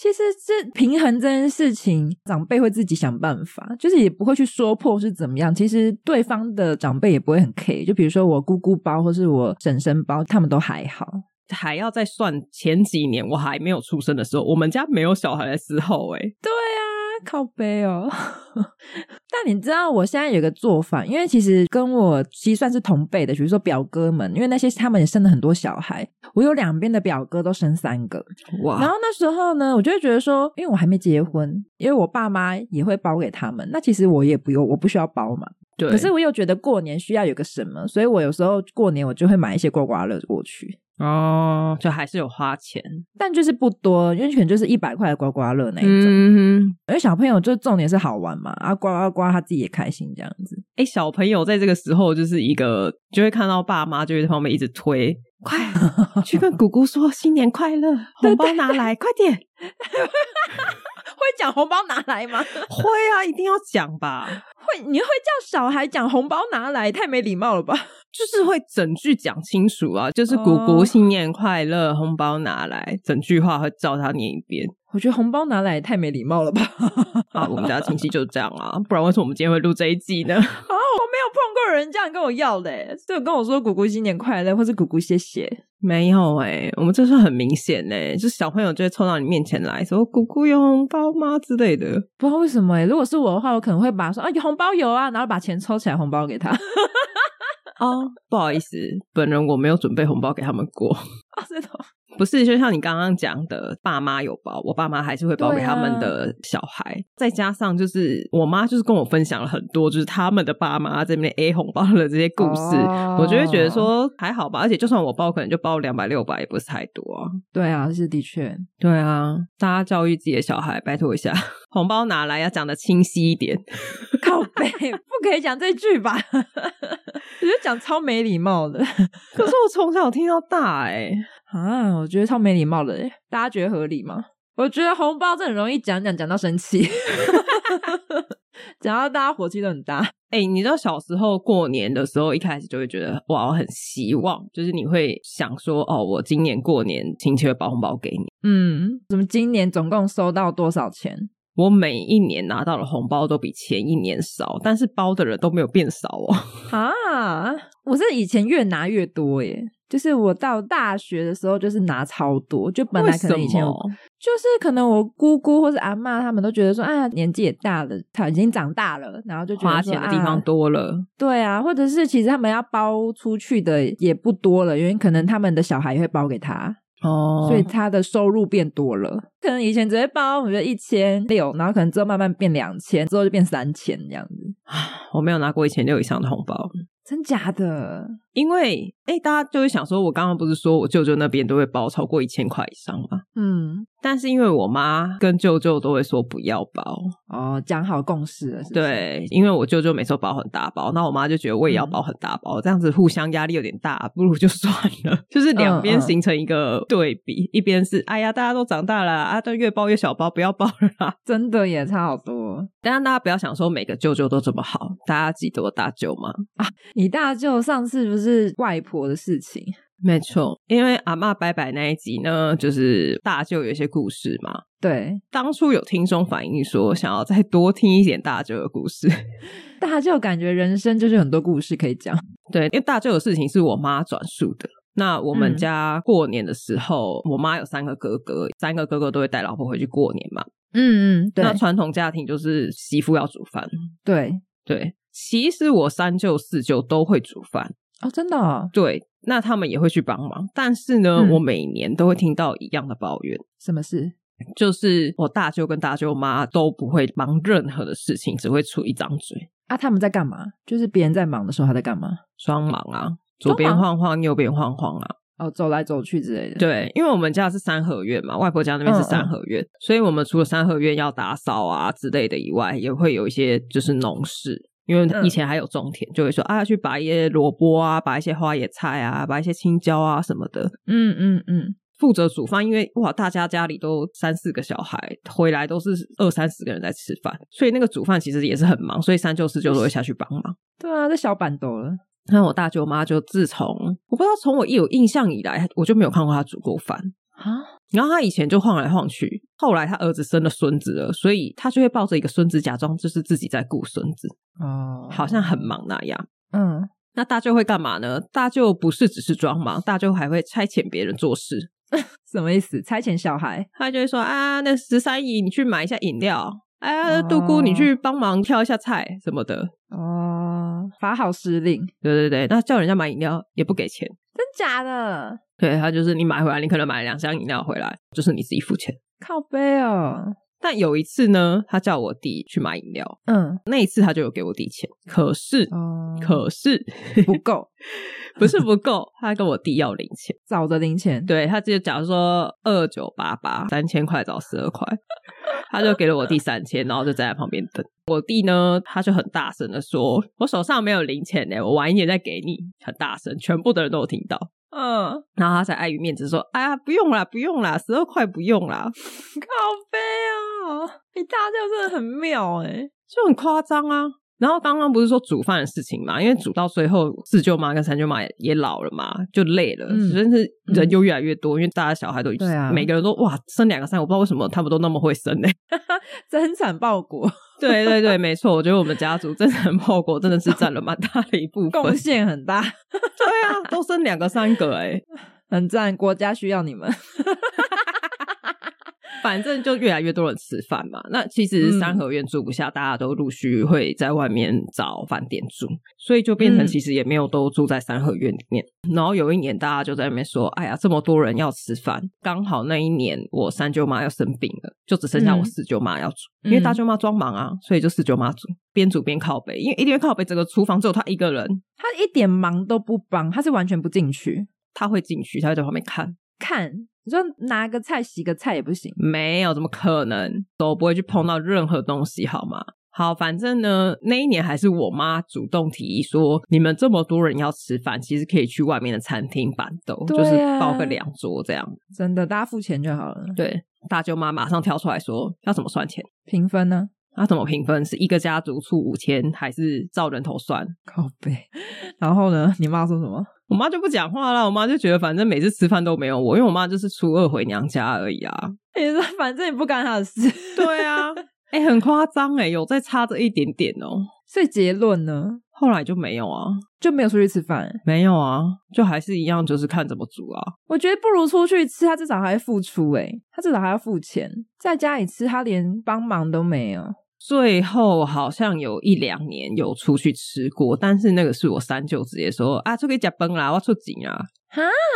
[SPEAKER 1] 其实这平衡这件事情，长辈会自己想办法，就是也不会去说破是怎么样。其实对方的长辈也不会很 care，就比如说我姑姑包或是我婶婶包，他们都还好。
[SPEAKER 2] 还要再算前几年我还没有出生的时候，我们家没有小孩的时候、哎，
[SPEAKER 1] 对啊，靠背哦。 *laughs* 但你知道我现在有个做法，因为其实跟我其实算是同辈的，比如说表哥们，因为那些他们也生了很多小孩，我有两边的表哥都生三个。然
[SPEAKER 2] 哇，
[SPEAKER 1] 后那时候呢，我就会觉得说，因为我还没结婚，因为我爸妈也会包给他们，那其实我也不用，我不需要包嘛。
[SPEAKER 2] 对，
[SPEAKER 1] 可是我又觉得过年需要有个什么，所以我有时候过年我就会买一些刮刮乐过去，
[SPEAKER 2] 哦，就还是有花钱
[SPEAKER 1] 但就是不多，因为可能就是一百块的刮刮乐那
[SPEAKER 2] 那
[SPEAKER 1] 一
[SPEAKER 2] 一
[SPEAKER 1] 种。
[SPEAKER 2] 种。
[SPEAKER 1] 而小朋友就重点是好玩嘛，啊刮刮刮他自己也开心这样子。 *laughs*
[SPEAKER 2] 哎、小朋友在这个时候就是一个，就会看到爸妈就会在旁边一直推，快去跟姑姑说新年快乐，红包拿来，快点！
[SPEAKER 1] 会讲红包拿来吗？ *laughs*
[SPEAKER 2] 会啊，一定要讲吧，
[SPEAKER 1] 会，你会叫小孩讲红包拿来，太没礼貌了吧？ *laughs*
[SPEAKER 2] 就是会整句讲清楚啊，就是姑姑
[SPEAKER 1] 哦
[SPEAKER 2] 新年快乐，红包拿来，整句话会照他念一遍。
[SPEAKER 1] 我觉得红包拿来也太没礼貌了吧？
[SPEAKER 2] 啊，我们家亲戚就这样啊，不然为什么我们今天会录这一季呢？ *laughs*
[SPEAKER 1] 啊，我没有碰过有人这样跟我要的欸，就跟我说“姑姑新年快乐”或是“姑姑谢谢
[SPEAKER 2] 没有哎、我们这是很明显哎、就是小朋友就会凑到你面前来说“姑姑有红包吗”之类的。”。
[SPEAKER 1] 不知道为什么欸，如果是我的话，我可能会把说“啊，有红包有啊”，然后把钱抽起来，红包给他。 *laughs* 啊，
[SPEAKER 2] 哦，不好意思，本人我没有准备红包给他们过。
[SPEAKER 1] 这种
[SPEAKER 2] 不是，就像你刚刚讲的，爸妈有包，我爸妈还是会包给他们的小孩。再加上就是我妈就是跟我分享了很多，就是他们的爸妈这边 A 红包的这些故事，
[SPEAKER 1] 哦
[SPEAKER 2] 我就会觉得说还好吧。而且就算我包，可能就包两百六百，也不是太多啊。
[SPEAKER 1] 对啊，是的确，
[SPEAKER 2] 对啊，大家教育自己的小孩，拜托一下， *laughs* 红包拿来要讲的清晰一点。
[SPEAKER 1] 靠背不可以讲这句吧？ *laughs* 我觉得讲超没礼貌的
[SPEAKER 2] *laughs*
[SPEAKER 1] *laughs*
[SPEAKER 2] 可是我从小听到大哎、
[SPEAKER 1] 啊，我觉得超没礼貌的欸，大家觉得合理吗？我觉得红包这很容易讲讲讲到生气， *laughs* 讲到大家火气都很大。
[SPEAKER 2] 哎、你知道小时候过年的时候，一开始就会觉得哇，我很希望，就是你会想说，哦，我今年过年亲戚会包红包给你。
[SPEAKER 1] 嗯，什么今年总共收到多少钱？
[SPEAKER 2] 我每一年拿到的红包都比前一年少，但是包的人都没有变少哦。
[SPEAKER 1] 啊，我是以前越拿越多耶，就是我到大学的时候就是拿超多，就 *laughs* 本来可能以前
[SPEAKER 2] 为什
[SPEAKER 1] 有
[SPEAKER 2] 么
[SPEAKER 1] 就是可能我姑姑或是阿嬷他们都觉得说，哎呀，年纪也大了，他已经长大了，然后就觉得
[SPEAKER 2] 花
[SPEAKER 1] 说
[SPEAKER 2] 钱的地方
[SPEAKER 1] 啊
[SPEAKER 2] 多了，
[SPEAKER 1] 对啊，或者是其实他们要包出去的也不多了，因为可能他们的小孩也会包给他，
[SPEAKER 2] 哦
[SPEAKER 1] 所以他的收入变多了。可能以前只会包，我觉得一千六，然后可能之后慢慢变两千，之后就变三千这样子，
[SPEAKER 2] 我没有拿过一千六以上的红包。
[SPEAKER 1] 真假的？
[SPEAKER 2] 因为哎、大家就会想说，我刚刚不是说我舅舅那边都会包超过一千块以上吗？
[SPEAKER 1] 嗯，
[SPEAKER 2] 但是因为我妈跟舅舅都会说不要包，
[SPEAKER 1] 哦，讲好共识了，是不是，
[SPEAKER 2] 对，因为我舅舅每次都包很大包，那我妈就觉得我也要包很大包，这样子互相压力有点大，不如就算了。 *laughs* 就是两边
[SPEAKER 1] 嗯嗯
[SPEAKER 2] 形成一个对比，一边是哎呀，大家都长大了啊，都越包越小包，不要包了啦。
[SPEAKER 1] 真的也差好多。
[SPEAKER 2] 当然，大家不要想说每个舅舅都这么好，大家记得我大舅吗？
[SPEAKER 1] 你大舅上次不是外婆的事情？
[SPEAKER 2] 没错，因为阿嬷拜拜那一集呢，就是大舅有一些故事嘛，
[SPEAKER 1] 对，
[SPEAKER 2] 当初有听众反映说，想要再多听一点大舅的故事。
[SPEAKER 1] 大舅感觉人生就是很多故事可以讲。
[SPEAKER 2] 对，因为大舅的事情是我妈转述的。那我们
[SPEAKER 1] 嗯
[SPEAKER 2] 家过年的时候，我妈有三个哥哥，三个哥哥都会带老婆回去过年嘛。
[SPEAKER 1] *laughs* 嗯嗯，对
[SPEAKER 2] 那传统家庭就是媳妇要煮饭。
[SPEAKER 1] 对，
[SPEAKER 2] 对，其实我三舅四舅都会煮饭。
[SPEAKER 1] 哦，真的、哦，
[SPEAKER 2] 对，那他们也会去帮忙。但是呢，
[SPEAKER 1] 嗯
[SPEAKER 2] 我每年都会听到一样的抱怨，
[SPEAKER 1] 什么事？
[SPEAKER 2] 就是我大舅跟大舅妈都不会忙任何的事情，只会出一张嘴。
[SPEAKER 1] 啊，他们在干嘛？就是别人在忙的时候，他在干嘛？
[SPEAKER 2] 双盲啊，左边晃晃，右边晃晃啊。
[SPEAKER 1] 哦，走来走去之类的。，
[SPEAKER 2] 对，因为我们家是三合院嘛，外婆家那边是三合院，所以我们除了三合院要打扫啊之类的以外，也会有一些就是农事。因为
[SPEAKER 1] 嗯
[SPEAKER 2] 以前还有种田，就会说啊，去拔一些萝卜啊，拔一些花野菜啊，拔一些青椒啊什么的。
[SPEAKER 1] 嗯嗯嗯，
[SPEAKER 2] 负责煮饭，因为哇，大家家里都三四个小孩，回来都是二三十个人在吃饭，所以那个煮饭其实也是很忙，所以三舅四舅都会下去帮忙。
[SPEAKER 1] 对啊，这小板斗了。
[SPEAKER 2] 那我大舅妈就自从我不知道从我一有印象以来，我就没有看过她煮过饭。
[SPEAKER 1] 啊，
[SPEAKER 2] 然后她以前就晃来晃去，后来她儿子生了孙子了，所以她就会抱着一个孙子，假装就是自己在顾孙子，
[SPEAKER 1] 哦
[SPEAKER 2] 好像很，忙那样。
[SPEAKER 1] 嗯，
[SPEAKER 2] 那大舅会干嘛呢？大舅不是只是装忙，大舅还会差遣别人做事。
[SPEAKER 1] 什么意思？差遣小孩？
[SPEAKER 2] 他就会说啊，那十三姨你去买一下饮料，哎呀，
[SPEAKER 1] 哦
[SPEAKER 2] 杜姑你去帮忙挑一下菜什么的。
[SPEAKER 1] 哦，法好施令，
[SPEAKER 2] 对对对，那叫人家买饮料也不给钱，
[SPEAKER 1] 真假的？
[SPEAKER 2] 对他就是你买回来，你可能买两箱饮料回来，就是你自己付钱。
[SPEAKER 1] 靠背哦，
[SPEAKER 2] 但有一次呢，他叫我弟去买饮料，
[SPEAKER 1] 嗯，
[SPEAKER 2] 那一次他就有给我弟钱，可是、
[SPEAKER 1] 哦，
[SPEAKER 2] 可是 *laughs*
[SPEAKER 1] 不够，
[SPEAKER 2] 不是不够，他跟我弟要零钱，
[SPEAKER 1] 找的零钱，
[SPEAKER 2] 对他就假如说二九八八三千块找十二块，他就给了我弟三千，然后就站在旁边等。我弟呢，他就很大声的说：“我手上没有零钱呢，我晚一点再给你。”很大声，全部的人都有听到。
[SPEAKER 1] 嗯， *laughs* 靠
[SPEAKER 2] 然后他才碍于面子说：“哎呀，不用啦，不用啦，十二块不用啦。” *laughs*
[SPEAKER 1] 背哦，你大舅真的很妙哎，
[SPEAKER 2] 就很夸张啊。然后刚刚不是说煮饭的事情嘛，因为煮到最后，四舅妈跟三舅妈也也老了嘛，就累了，
[SPEAKER 1] 嗯
[SPEAKER 2] 真是人又越来越多，因为大家小孩都
[SPEAKER 1] 对啊
[SPEAKER 2] 每个人都哇生两个三个，我不知道为什么他们都那么会生呢、欸
[SPEAKER 1] *laughs* 增产报国，
[SPEAKER 2] 对对对，没错，我觉得我们家族真的后果真的是占了蛮大的一部分。
[SPEAKER 1] 贡献很大， *laughs*
[SPEAKER 2] 对啊，都生两个三个哎、
[SPEAKER 1] 很赞，国家需要你们。 *laughs*
[SPEAKER 2] 反正就越来越多人吃饭嘛。那其实
[SPEAKER 1] 嗯
[SPEAKER 2] 三合院住不下，大家都陆续会在外面找饭店住，所以就变成
[SPEAKER 1] 嗯
[SPEAKER 2] 其实也没有都住在三合院里面。然后有一年大家就在那边说：“哎呀，这么多人要吃饭，刚好那一年我三舅妈要生病了，就只剩下我
[SPEAKER 1] 嗯
[SPEAKER 2] 四舅妈要煮，
[SPEAKER 1] 嗯
[SPEAKER 2] 因为大舅妈装忙啊，所以就四舅妈煮，边煮边靠北，因为一边靠北整个厨房只有她一个人，
[SPEAKER 1] 他一点忙都不帮，他是完全不进去
[SPEAKER 2] 她会进去，她会在旁边看。”
[SPEAKER 1] 看。你说拿个菜洗个菜也不行，
[SPEAKER 2] 没有，怎么可能？都不会去碰到任何东西，好吗？好，反正呢，那一年还是我妈主动提议说，你们这么多人要吃饭，其实可以去外面的餐厅板凳，
[SPEAKER 1] 对
[SPEAKER 2] 就
[SPEAKER 1] 啊
[SPEAKER 2] 是包个两桌这样。
[SPEAKER 1] 真的，大家付钱就好了。
[SPEAKER 2] 对，大舅妈马上跳出来说，要怎么算钱？
[SPEAKER 1] 评分呢？
[SPEAKER 2] 要怎么评分？是一个家族出五千，还是照人头算？
[SPEAKER 1] 靠背。 *laughs* 然后呢？你妈说什么？ *laughs*
[SPEAKER 2] 我妈就不讲话了，我妈就觉得反正每次吃饭都没有我，因为我妈就是初二回娘家而已啊。
[SPEAKER 1] 你说反正也不干他的事。
[SPEAKER 2] 对啊，哎、很夸张哎，有再差这一点点哦、
[SPEAKER 1] *laughs* 所以结论呢，
[SPEAKER 2] 后来就没有啊。
[SPEAKER 1] 就没有出去吃饭、
[SPEAKER 2] 没有啊，就还是一样，就是看怎么煮啊。
[SPEAKER 1] 我觉得不如出去吃，他至少还会付出、欸，诶他至少还要付钱。在家里吃，他连帮忙都没有。
[SPEAKER 2] 最后好像有一两年有出去吃过，但是那个是我三舅直接说啊，出去假崩啦，我要出警啊。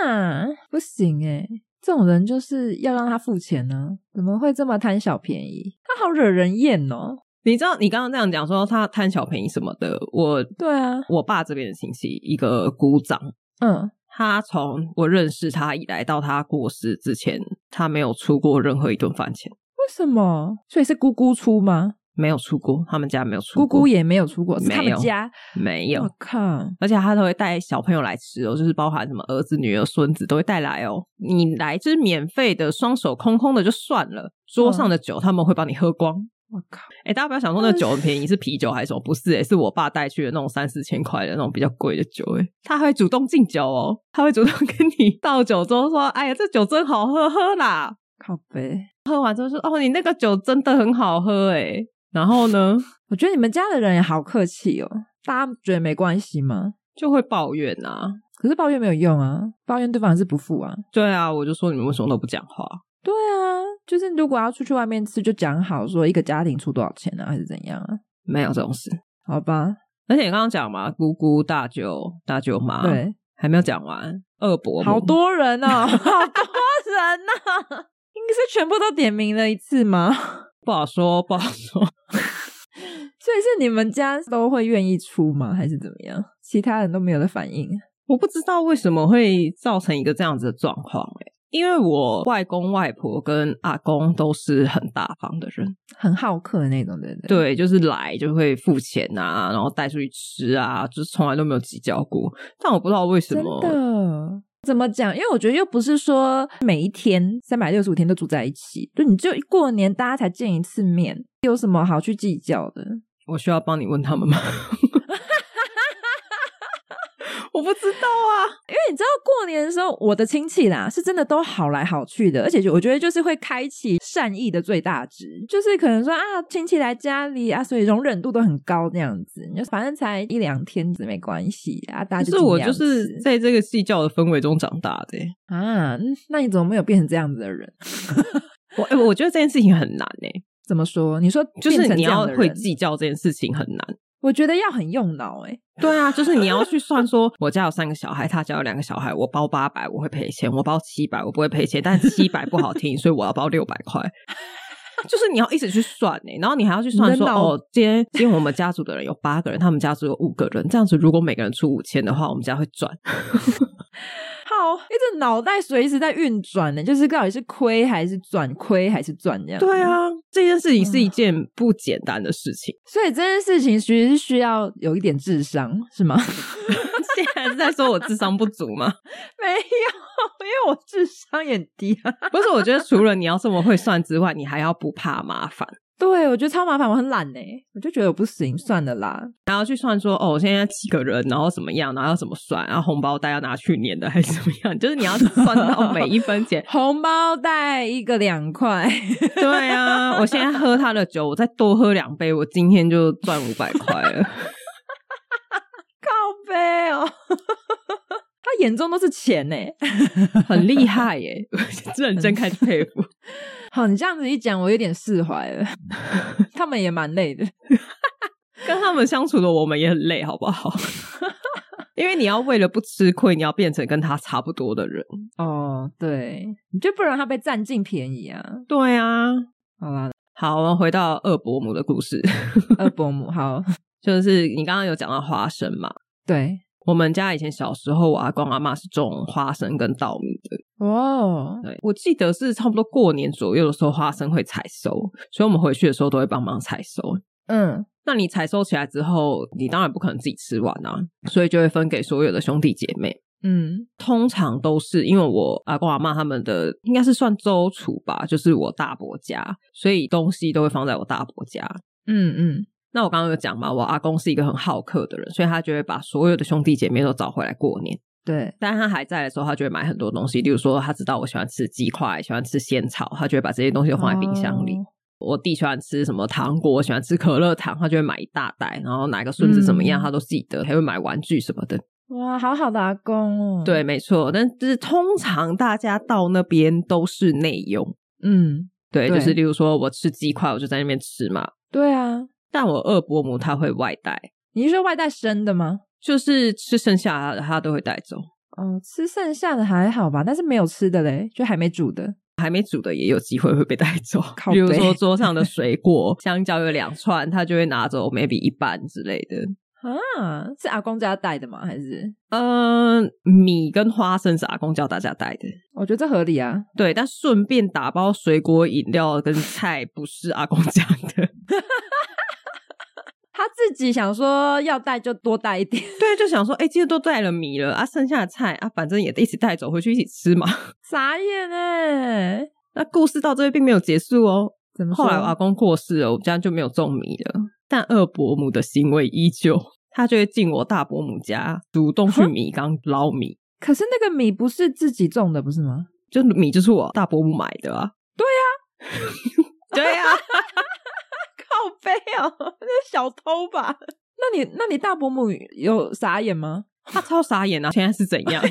[SPEAKER 1] 啊，不行诶、这种人就是要让他付钱呢、怎么会这么贪小便宜？他好惹人厌哦。
[SPEAKER 2] 你知道你刚刚那样讲说他贪小便宜什么的，我
[SPEAKER 1] 对啊，
[SPEAKER 2] 我爸这边的亲戚一个姑丈，
[SPEAKER 1] 嗯，
[SPEAKER 2] 他从我认识他以来到他过世之前，他没有出过任何一顿饭钱，
[SPEAKER 1] 为什么？所以是姑姑出吗？
[SPEAKER 2] 没有出过，他们家没有出
[SPEAKER 1] 姑
[SPEAKER 2] 过，
[SPEAKER 1] 姑也哦没有出过，是他
[SPEAKER 2] 没
[SPEAKER 1] 们
[SPEAKER 2] 有
[SPEAKER 1] 家。
[SPEAKER 2] 没有
[SPEAKER 1] 我，靠，
[SPEAKER 2] 而且他都会带小朋友来吃哦，就是包含什么儿子、女儿、孙子都会带来哦。你来就是免费的，双手空空的就算了，桌上的酒他们会帮你喝光。
[SPEAKER 1] 我靠，
[SPEAKER 2] 哎、大家不要想说那酒很便宜，是啤酒还是什么？不是、诶是我爸带去的那种三四千块的那种比较贵的酒、诶哎他还会主动敬酒哦，他会主动跟你倒酒之后说：“哎呀，这酒真好喝，喝啦。
[SPEAKER 1] 靠背。”
[SPEAKER 2] 喝完之后说：“哦，你那个酒真的很好喝。”哎，然后呢
[SPEAKER 1] 我觉得你们家的人也好客气哦，大家觉得没关系吗？
[SPEAKER 2] 就会抱怨啊。
[SPEAKER 1] 可是抱怨没有用啊，抱怨对方还是不付啊。
[SPEAKER 2] 对啊，我就说你们为什么都不讲话？
[SPEAKER 1] 对啊，就是如果要出去外面吃，就讲好说一个家庭出多少钱啊，还是怎样啊？
[SPEAKER 2] 没有这种事。
[SPEAKER 1] 好吧，
[SPEAKER 2] 而且你刚刚讲嘛，姑姑、大舅、大舅妈，，
[SPEAKER 1] 对，
[SPEAKER 2] 还没有讲完，二伯母
[SPEAKER 1] 好，多人哦， *laughs* 好多人呐、应该是全部都点名了一次吗？ *laughs*
[SPEAKER 2] 不好说，不好说。 *laughs*
[SPEAKER 1] 所以是你们家都会愿意出吗？还是怎么样？其他人都没有的反应？
[SPEAKER 2] 我不知道为什么会造成一个这样子的状况、欸，因为我外公外婆跟阿公都是很大方的人，
[SPEAKER 1] 很好客的那种，对不对？
[SPEAKER 2] 对，就是来就会付钱啊，然后带出去吃啊，就是从来都没有计较过。但我不知道为什
[SPEAKER 1] 真
[SPEAKER 2] 么，
[SPEAKER 1] 的。怎么讲？因为我觉得又不是说每一天三百六十五天都住在一起，就你只有过年大家才见一次面，有什么好去计较的？
[SPEAKER 2] 我需要帮你问他们吗？ *laughs* 我不知道
[SPEAKER 1] *laughs*
[SPEAKER 2] 啊，
[SPEAKER 1] 因为你知道过年的时候，我的亲戚啦是真的都好来好去的，而且就我觉得就是会开启善意的最大值，就是可能说啊亲戚来家里啊，所以容忍度都很高这样子，你就反正才一两天子没关系啊，大家
[SPEAKER 2] 可
[SPEAKER 1] 就是
[SPEAKER 2] 我
[SPEAKER 1] 尽量
[SPEAKER 2] 就是
[SPEAKER 1] 吃
[SPEAKER 2] 在这个计较的氛围中长大的欸、
[SPEAKER 1] 啊，嗯那你怎么没有变成这样子的人？
[SPEAKER 2] 我、欸、我觉得这件事情很难诶、
[SPEAKER 1] 怎么说？你说
[SPEAKER 2] 就是
[SPEAKER 1] 变成
[SPEAKER 2] 你
[SPEAKER 1] 这样
[SPEAKER 2] 要
[SPEAKER 1] 的人
[SPEAKER 2] 会计较这件事情很难。
[SPEAKER 1] 我觉得要很用脑哎、
[SPEAKER 2] 对啊，就是你要去算说，我家有三个小孩，他家有两个小孩，我包八百我会赔钱，我包七百我不会赔钱，但七百不好听，所以我要包六百块。就是你要一直去算呢、然后你还要去算
[SPEAKER 1] 你的
[SPEAKER 2] 说，
[SPEAKER 1] 脑
[SPEAKER 2] 哦，今天今天我们家族的人有八个人，他们家族有五个人，这样子如果每个人出五千的话，我们家会赚。
[SPEAKER 1] 好，一直脑袋随时在运转呢，欸就是到底是亏还是赚，亏还是赚这样。
[SPEAKER 2] 对，啊，这件事情
[SPEAKER 1] 嗯
[SPEAKER 2] 是一件不简单的事情。 *laughs*
[SPEAKER 1] 所以这件事情其实是需要有一点智商，是吗？ *laughs*
[SPEAKER 2] 现在是在说我智商不足吗？
[SPEAKER 1] 没有，因为我智商也低啊。
[SPEAKER 2] *laughs* 不是，我觉得除了你要这么会算之外，你还要不怕麻烦。
[SPEAKER 1] 对，我觉得超麻烦，我很懒呢，我就觉得我不行，算了啦。
[SPEAKER 2] 然后去算说，哦，我现在几个人，然后怎么样，然后要怎么算，然后红包袋要拿去年的还是怎么样？就是你要算到每一分钱。
[SPEAKER 1] 红包带一个两块， *laughs*
[SPEAKER 2] 对啊，我现在喝他的酒，我再多喝两杯，我今天就赚五百块了。
[SPEAKER 1] 靠背哦。 *laughs* 他眼中都是钱呢。 *laughs*
[SPEAKER 2] 很厉害耶！认真开始佩服。
[SPEAKER 1] 好，你这样子一讲，我有点释怀了。 *laughs* 他们也蛮累的，
[SPEAKER 2] 跟他们相处的我们也很累，好不好？因为你要为了不吃亏，你要变成跟他差不多的人。
[SPEAKER 1] 哦，对，你就不能让他被占尽便宜啊！
[SPEAKER 2] 对啊，
[SPEAKER 1] 好啦，
[SPEAKER 2] 好，我们回到二伯母的故事，
[SPEAKER 1] 二伯母，好， *laughs*
[SPEAKER 2] 就是你刚刚有讲到花生嘛。
[SPEAKER 1] 对，
[SPEAKER 2] 我们家以前小时候，我阿公阿妈是种花生跟稻米的。
[SPEAKER 1] 哇哦，
[SPEAKER 2] 对，我记得是差不多过年左右的时候，花生会采收，所以我们回去的时候都会帮忙采收。
[SPEAKER 1] 嗯，
[SPEAKER 2] 那你采收起来之后，你当然不可能自己吃完啊，所以就会分给所有的兄弟姐妹。
[SPEAKER 1] 嗯，
[SPEAKER 2] 通常都是因为我阿公阿妈他们的应该是算周厨吧，就是我大伯家，所以东西都会放在我大伯家。
[SPEAKER 1] 嗯嗯，
[SPEAKER 2] 那我刚刚有讲嘛，我阿公是一个很好客的人，所以他就会把所有的兄弟姐妹都找回来过年。
[SPEAKER 1] 对，
[SPEAKER 2] 但他还在的时候，他就会买很多东西，例如说他知道我喜欢吃鸡块，喜欢吃仙草，他就会把这些东西都放在冰箱里。
[SPEAKER 1] 哦
[SPEAKER 2] 我弟喜欢吃什么糖果，喜欢吃可乐糖，他就会买一大袋，然后哪个孙子怎么样，
[SPEAKER 1] 嗯哦
[SPEAKER 2] 他都记得，还会买玩具什么的。
[SPEAKER 1] 哇，好好的阿公哦，
[SPEAKER 2] 对，，没错。但就是通常大家到那边都是内用，
[SPEAKER 1] 嗯，
[SPEAKER 2] 对，
[SPEAKER 1] 对
[SPEAKER 2] 就是例如说我吃鸡块，我就在那边吃嘛。
[SPEAKER 1] 对啊，
[SPEAKER 2] 但我二伯母她会外带，
[SPEAKER 1] 你是说外带生的吗？
[SPEAKER 2] 就是吃剩下的她都会带走，
[SPEAKER 1] 哦，吃剩下的还好吧，但是没有吃的嘞，就还没煮的，
[SPEAKER 2] 还没煮的也有机会会被带走。
[SPEAKER 1] 靠
[SPEAKER 2] 比如
[SPEAKER 1] 背
[SPEAKER 2] 说桌上
[SPEAKER 1] *laughs*
[SPEAKER 2] 的水果，香蕉有两串，她就会拿走 maybe 一半之类的。
[SPEAKER 1] 啊，是阿公家带的吗？还是？
[SPEAKER 2] 嗯，米跟花生是阿公教大家带的，
[SPEAKER 1] 我觉得这合理啊，
[SPEAKER 2] 对，但顺便打包水果、饮料跟菜不是阿公讲的，
[SPEAKER 1] 他自己想说要带就多带一点， *laughs*
[SPEAKER 2] 对，就想说，哎、今天都带了米了啊，剩下的菜啊，反正也一起带走回去一起吃嘛。 *laughs*
[SPEAKER 1] 傻眼哎，
[SPEAKER 2] 那故事到这边并没有结束哦。
[SPEAKER 1] 怎么说？
[SPEAKER 2] 后来我阿公过世了，我们家就没有种米了，但二伯母的行为依旧，她就会进我大伯母家，主
[SPEAKER 1] 啊
[SPEAKER 2] 动去米缸捞米，
[SPEAKER 1] 可是那个米不是自己种的，不是吗？
[SPEAKER 2] 就米就是我大伯母买的啊。 *laughs* 对呀、对呀、
[SPEAKER 1] 啊 *laughs* 靠背哦，那是小偷吧？那你那你大伯母有傻眼吗？
[SPEAKER 2] 他超傻眼啊！现在是怎
[SPEAKER 1] *laughs*
[SPEAKER 2] 样？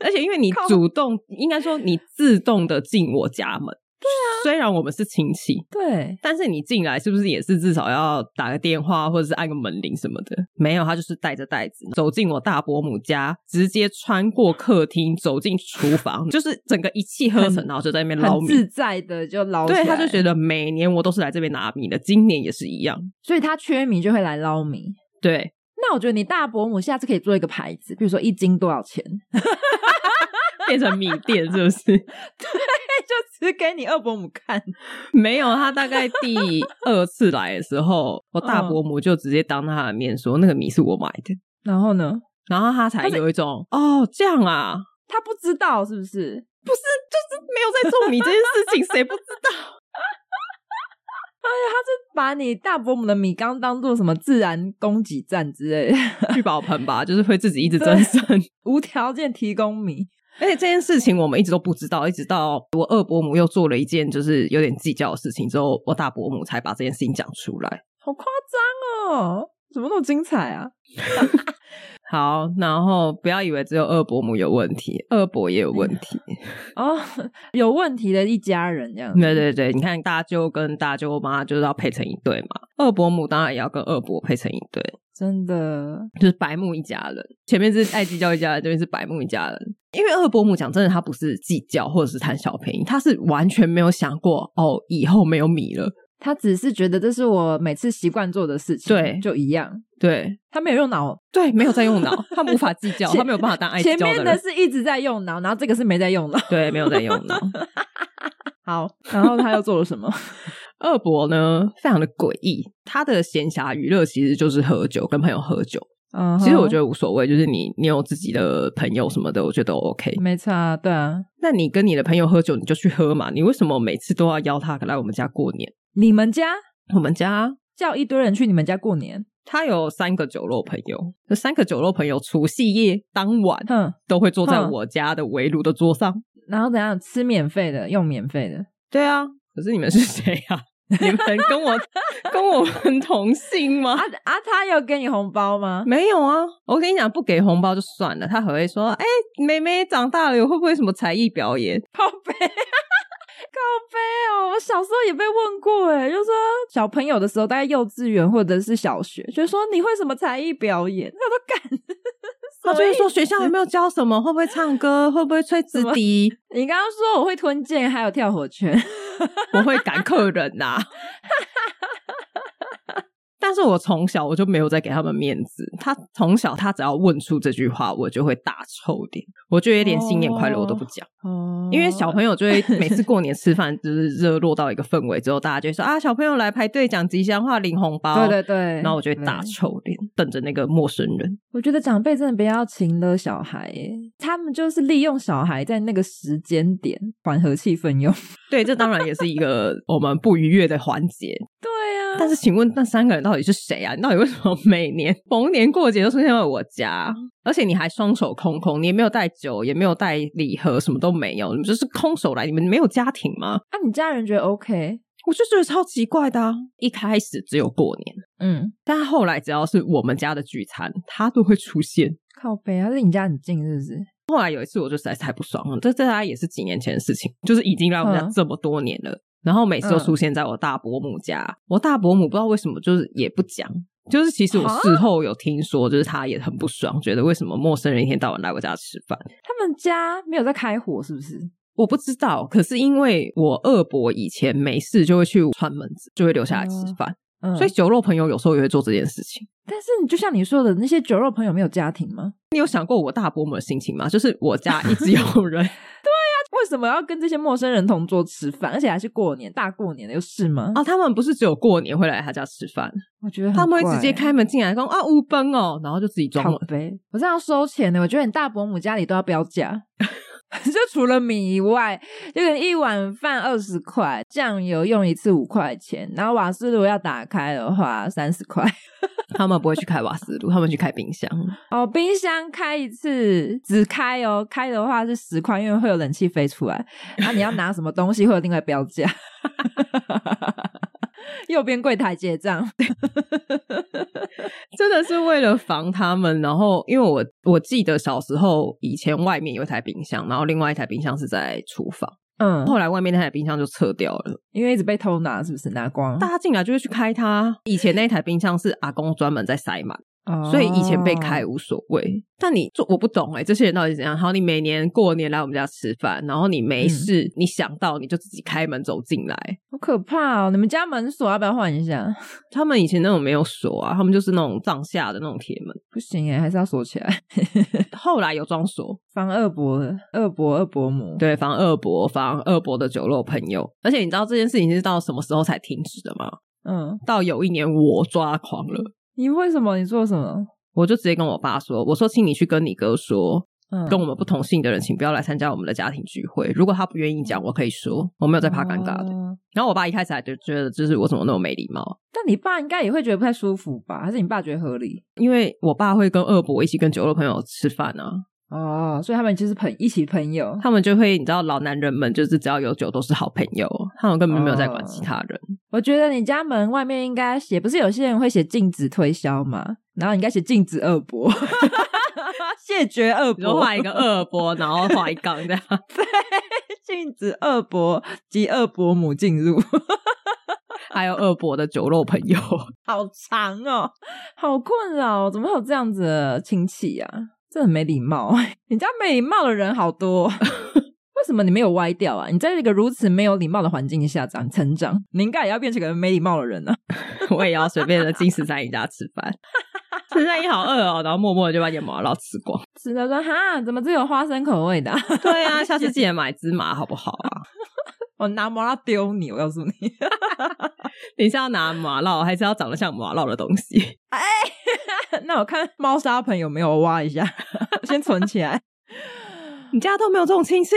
[SPEAKER 2] 而且因为你主动，应该说你自动的进我家门。对啊，虽然我们是亲戚，
[SPEAKER 1] 对，
[SPEAKER 2] 但是你进来是不是也是至少要打个电话或者是按个门铃什么的？没有，他就是带着袋子走进我大伯母家，直接穿过客厅走进厨房， *laughs* 就是整个一气呵成，
[SPEAKER 1] 很
[SPEAKER 2] 然后就在那边捞
[SPEAKER 1] 很
[SPEAKER 2] 米。
[SPEAKER 1] 自在的就捞起来，
[SPEAKER 2] 对，他就觉得每年我都是来这边拿米的，今年也是一样。
[SPEAKER 1] 所以他缺米就会来捞米。
[SPEAKER 2] 对，
[SPEAKER 1] 那我觉得你大伯母下次可以做一个牌子，比如说一斤多少钱？
[SPEAKER 2] 变成米店是不是？
[SPEAKER 1] *laughs*
[SPEAKER 2] *laughs*
[SPEAKER 1] 就只给你二伯母看，
[SPEAKER 2] 没有，他大概第二次来的时候，我大伯
[SPEAKER 1] 嗯
[SPEAKER 2] 母就直接当他的面说那个米是我买的，
[SPEAKER 1] 然后呢，
[SPEAKER 2] 然后他才有一种哦这样啊，
[SPEAKER 1] 他不知道是不是？
[SPEAKER 2] 不是就是没
[SPEAKER 1] *laughs*
[SPEAKER 2] 有在做米这件事情，谁不知道？
[SPEAKER 1] 哎呀，他是把你大伯母的米缸当做什么自然供给站之类的，
[SPEAKER 2] 聚宝盆吧， *laughs* 就是会自己一直增生。
[SPEAKER 1] 无条件提供米。
[SPEAKER 2] *laughs* 而且这件事情我们一直都不知道，一直到我二伯母又做了一件就是有点计较的事情之后，我大伯母才把这件事情讲出来。
[SPEAKER 1] 好夸张哦！怎么那么精彩啊？
[SPEAKER 2] 好，然后不要以为只有二伯母有问题，二伯也有问题。
[SPEAKER 1] 哦，有问题的一家人这样子。
[SPEAKER 2] 对对对，你看大舅跟大舅妈就是要配成一对嘛，二伯母当然也要跟二伯配成一对，
[SPEAKER 1] 真的，
[SPEAKER 2] 就是白木一家人。前面是爱计较一家人，这边是白木一家人。因为二伯母讲真的，她不是计较或者是贪小便宜，她是完全没有想过哦，以后没有米了。
[SPEAKER 1] 他只是觉得这是我每次习惯做的事情，
[SPEAKER 2] 对
[SPEAKER 1] 就一样。
[SPEAKER 2] 对
[SPEAKER 1] 他没有用脑，
[SPEAKER 2] 对，没有在用脑，他无法计较，
[SPEAKER 1] *laughs* 前
[SPEAKER 2] 他没有办法当爱计
[SPEAKER 1] 前
[SPEAKER 2] 较
[SPEAKER 1] 面的
[SPEAKER 2] 人。
[SPEAKER 1] 是一直在用脑，然后这个是没在用脑。
[SPEAKER 2] 对，没有在用脑。
[SPEAKER 1] 好，然后他又做了什么？
[SPEAKER 2] 二伯呢，非常的诡异，他的闲暇娱乐其实就是喝酒，跟朋友喝酒。
[SPEAKER 1] *laughs* 嗯
[SPEAKER 2] 其实我觉
[SPEAKER 1] 得
[SPEAKER 2] 得无所谓，就是你你有自己的朋友什么的，我觉得 OK。
[SPEAKER 1] 没差，对啊。
[SPEAKER 2] 那你跟你的朋友喝酒，你就去喝嘛。你为什么每次都要邀他来我们家过年？
[SPEAKER 1] 你们家
[SPEAKER 2] 我们家
[SPEAKER 1] 叫一堆人去你们家过年，
[SPEAKER 2] 他有三个酒肉朋友，这三个酒肉朋友除夕夜当晚
[SPEAKER 1] 哼，
[SPEAKER 2] 都会坐在
[SPEAKER 1] 哼
[SPEAKER 2] 我家的围炉的桌上。
[SPEAKER 1] 然后怎样吃免费的，用免费的，
[SPEAKER 2] 对啊，可是你们是谁啊？ *laughs* 你们跟我跟我们同姓吗
[SPEAKER 1] 啊？啊，他有给你红包吗？
[SPEAKER 2] *laughs* 没有啊，我跟你讲，不给红包就算了，他还会说：“哎、妹妹长大了，有会不会什么才艺表演
[SPEAKER 1] 靠背，靠背哦！我小时候也被问过，哎，就说小朋友的时候，大概幼稚园或者是小学，就说你会什么才艺表演，那我都干。？”
[SPEAKER 2] 他就会说学校有没有教什么，会不会唱歌，会不会吹直笛，
[SPEAKER 1] 你刚刚说我会吞剑，还有跳火圈，
[SPEAKER 2] 我会赶客人呐、 *laughs* 但是我从小我就没有再给他们面子，他从小他只要问出这句话，我就会大臭脸，我就有点新年快乐我都不讲。
[SPEAKER 1] 哦
[SPEAKER 2] 因为小朋友
[SPEAKER 1] *laughs*
[SPEAKER 2] 就会每次过年吃饭就是热络到一个氛围之后，大家就会说啊，小朋友来排队讲吉祥话、领红包。
[SPEAKER 1] 对对对，
[SPEAKER 2] 然后我就会大
[SPEAKER 1] 对
[SPEAKER 2] 臭脸，瞪着那个陌生人。
[SPEAKER 1] 我觉得长辈真的不要情了小孩耶，他们就是利用小孩在那个时间点缓和气氛用。 *laughs*
[SPEAKER 2] 对，这当然也是一个我们不愉悦的环节。
[SPEAKER 1] 对呀、
[SPEAKER 2] *laughs* 但是，请问那三个人到底是谁啊？你到底为什么每年 *laughs* 逢年过节都出现在我家？而且你还双手空空，你也没有带酒，也没有带礼盒，什么都没有，你们就是空手来。你们没有家庭吗？
[SPEAKER 1] 啊，你家人觉得 OK？
[SPEAKER 2] 我就觉得超奇怪的、啊。一开始只有过年，
[SPEAKER 1] 嗯，
[SPEAKER 2] 但后来只要是我们家的聚餐，他都会出现。
[SPEAKER 1] 靠背啊，是你家很近是不是？
[SPEAKER 2] 后来有一次，我就实在是太不爽了，这这大概也是几年前的事情，就是已经来我们家
[SPEAKER 1] 嗯
[SPEAKER 2] 这么多年了，然后每次都
[SPEAKER 1] 嗯
[SPEAKER 2] 出现在我大伯母家。我大伯母不知道为什么，就是也不讲。就是其实我事后有听说，就是他也很不爽，觉得为什么陌生人一天到晚来我家吃饭，
[SPEAKER 1] 他们家没有在开火是不是？
[SPEAKER 2] 我不知道。可是因为我二伯以前没事就会去串门子，就会留下来吃饭，
[SPEAKER 1] 嗯，
[SPEAKER 2] 所以酒肉朋友有时候也会做这件事情。
[SPEAKER 1] 但是你就像你说的，那些酒肉朋友没有家庭吗？
[SPEAKER 2] 你有想过我大伯母的心情吗？就是我家一直有
[SPEAKER 1] *laughs*
[SPEAKER 2] 人
[SPEAKER 1] 为什么要跟这些陌生人同桌吃饭，而且还是过年大过年的，又是吗？
[SPEAKER 2] 啊，他们不是只有过年会来他家吃饭，
[SPEAKER 1] 我觉得很
[SPEAKER 2] 他们会直接
[SPEAKER 1] 怪
[SPEAKER 2] 开门进来说啊乌崩哦，然后就自己装
[SPEAKER 1] 靠
[SPEAKER 2] 了。
[SPEAKER 1] 背，我这样收钱的，我觉得你大伯母家里都要标价。 *laughs* 就除了米以外，就可能一碗饭二十块，酱油用一次五块钱，然后瓦斯炉要打开的话三十块，
[SPEAKER 2] 他们不会去开瓦斯炉，他们去开冰箱。
[SPEAKER 1] 哦，冰箱开一次只开哦，开的话是十块，因为会有冷气飞出来。然后你要拿什么东西会有另外标价。 *laughs* 右边柜台结账，
[SPEAKER 2] *laughs* 真的是为了防他们。然后，因为我我记得小时候以前外面有一台冰箱，然后另外一台冰箱是在厨房。
[SPEAKER 1] 嗯，
[SPEAKER 2] 后来外面那台冰箱就撤掉了，
[SPEAKER 1] 因为一直被偷拿，是不是拿光？
[SPEAKER 2] 大家进来就会去开它。以前那台冰箱是阿公专门在塞满，
[SPEAKER 1] 哦
[SPEAKER 2] 所以以前被开无所谓。但你做我不懂哎、这些人到底怎样？好，你每年过年来我们家吃饭，然后你没事，你想到你就自己开门走进来。
[SPEAKER 1] 好可怕哦！你们家门锁要不要换一下？ *laughs*
[SPEAKER 2] 他们以前那种没有锁啊，他们就是那种上下的那种铁门。
[SPEAKER 1] 不行哎，还是要锁起来，
[SPEAKER 2] 后来有装锁，
[SPEAKER 1] 防二伯、二伯、二伯母。，
[SPEAKER 2] 对，防二伯，防二伯的酒肉朋友。而且你知道这件事情是到什么时候才停止的吗？
[SPEAKER 1] 嗯，
[SPEAKER 2] 到有一年我抓狂了，
[SPEAKER 1] 你为什么？你做什么？
[SPEAKER 2] 我就直接跟我爸说：“我说，请你去跟你哥说，
[SPEAKER 1] 嗯，
[SPEAKER 2] 跟我们不同姓的人，请不要来参加我们的家庭聚会。如果他不愿意讲，我可以说，我没有在怕尴尬的。
[SPEAKER 1] 嗯哦
[SPEAKER 2] 然后我爸一开始还就觉得，就是我怎么那么没礼貌，
[SPEAKER 1] 但你爸应该也会觉得不太舒服吧？还是你爸觉得合理？
[SPEAKER 2] 因为我爸会跟二伯一起跟酒肉朋友吃饭啊，
[SPEAKER 1] 哦，所以他们就是朋一起朋友。
[SPEAKER 2] 他们就会你知道，老男人们就是只要有酒都是好朋友，他们根本没有在管其他人。
[SPEAKER 1] 我觉得你家门外面应该写，不是有些人会写禁止推销吗？然后你应该写禁止二伯， *laughs* 谢绝二
[SPEAKER 2] 比如说
[SPEAKER 1] 伯，
[SPEAKER 2] 画 *laughs* 一个二伯，然后画一杠这样。
[SPEAKER 1] *laughs*
[SPEAKER 2] *laughs*
[SPEAKER 1] 禁止二伯及二伯母进入，
[SPEAKER 2] 还有二伯的酒肉朋友， *laughs*
[SPEAKER 1] 好长哦，好困扰哦，怎么会有这样子的亲戚啊？这很没礼貌， *laughs* 你家没礼貌的人好多。 *laughs* 为什么你没有歪掉啊？你在一个如此没有礼貌的环境下长成长，你应该也要变成个没礼貌的人啊 *laughs* 呢、
[SPEAKER 2] 我也要随便的进十三姨家吃饭。十三姨好饿哦，然后默默的就把眼毛捞吃光。 *laughs*
[SPEAKER 1] 吃的说哈，怎么只有花生口味的啊、 *laughs*
[SPEAKER 2] 对啊，下次记得买芝麻好不好啊？ *laughs*
[SPEAKER 1] 我拿麻辣丢你，我告诉你。 *laughs*
[SPEAKER 2] 你是要拿麻辣，还是要长得像麻辣的东西？ *laughs*
[SPEAKER 1] 那我看猫砂盆有没有挖一下， *laughs* 先存起来。
[SPEAKER 2] 你家都没有这种亲戚？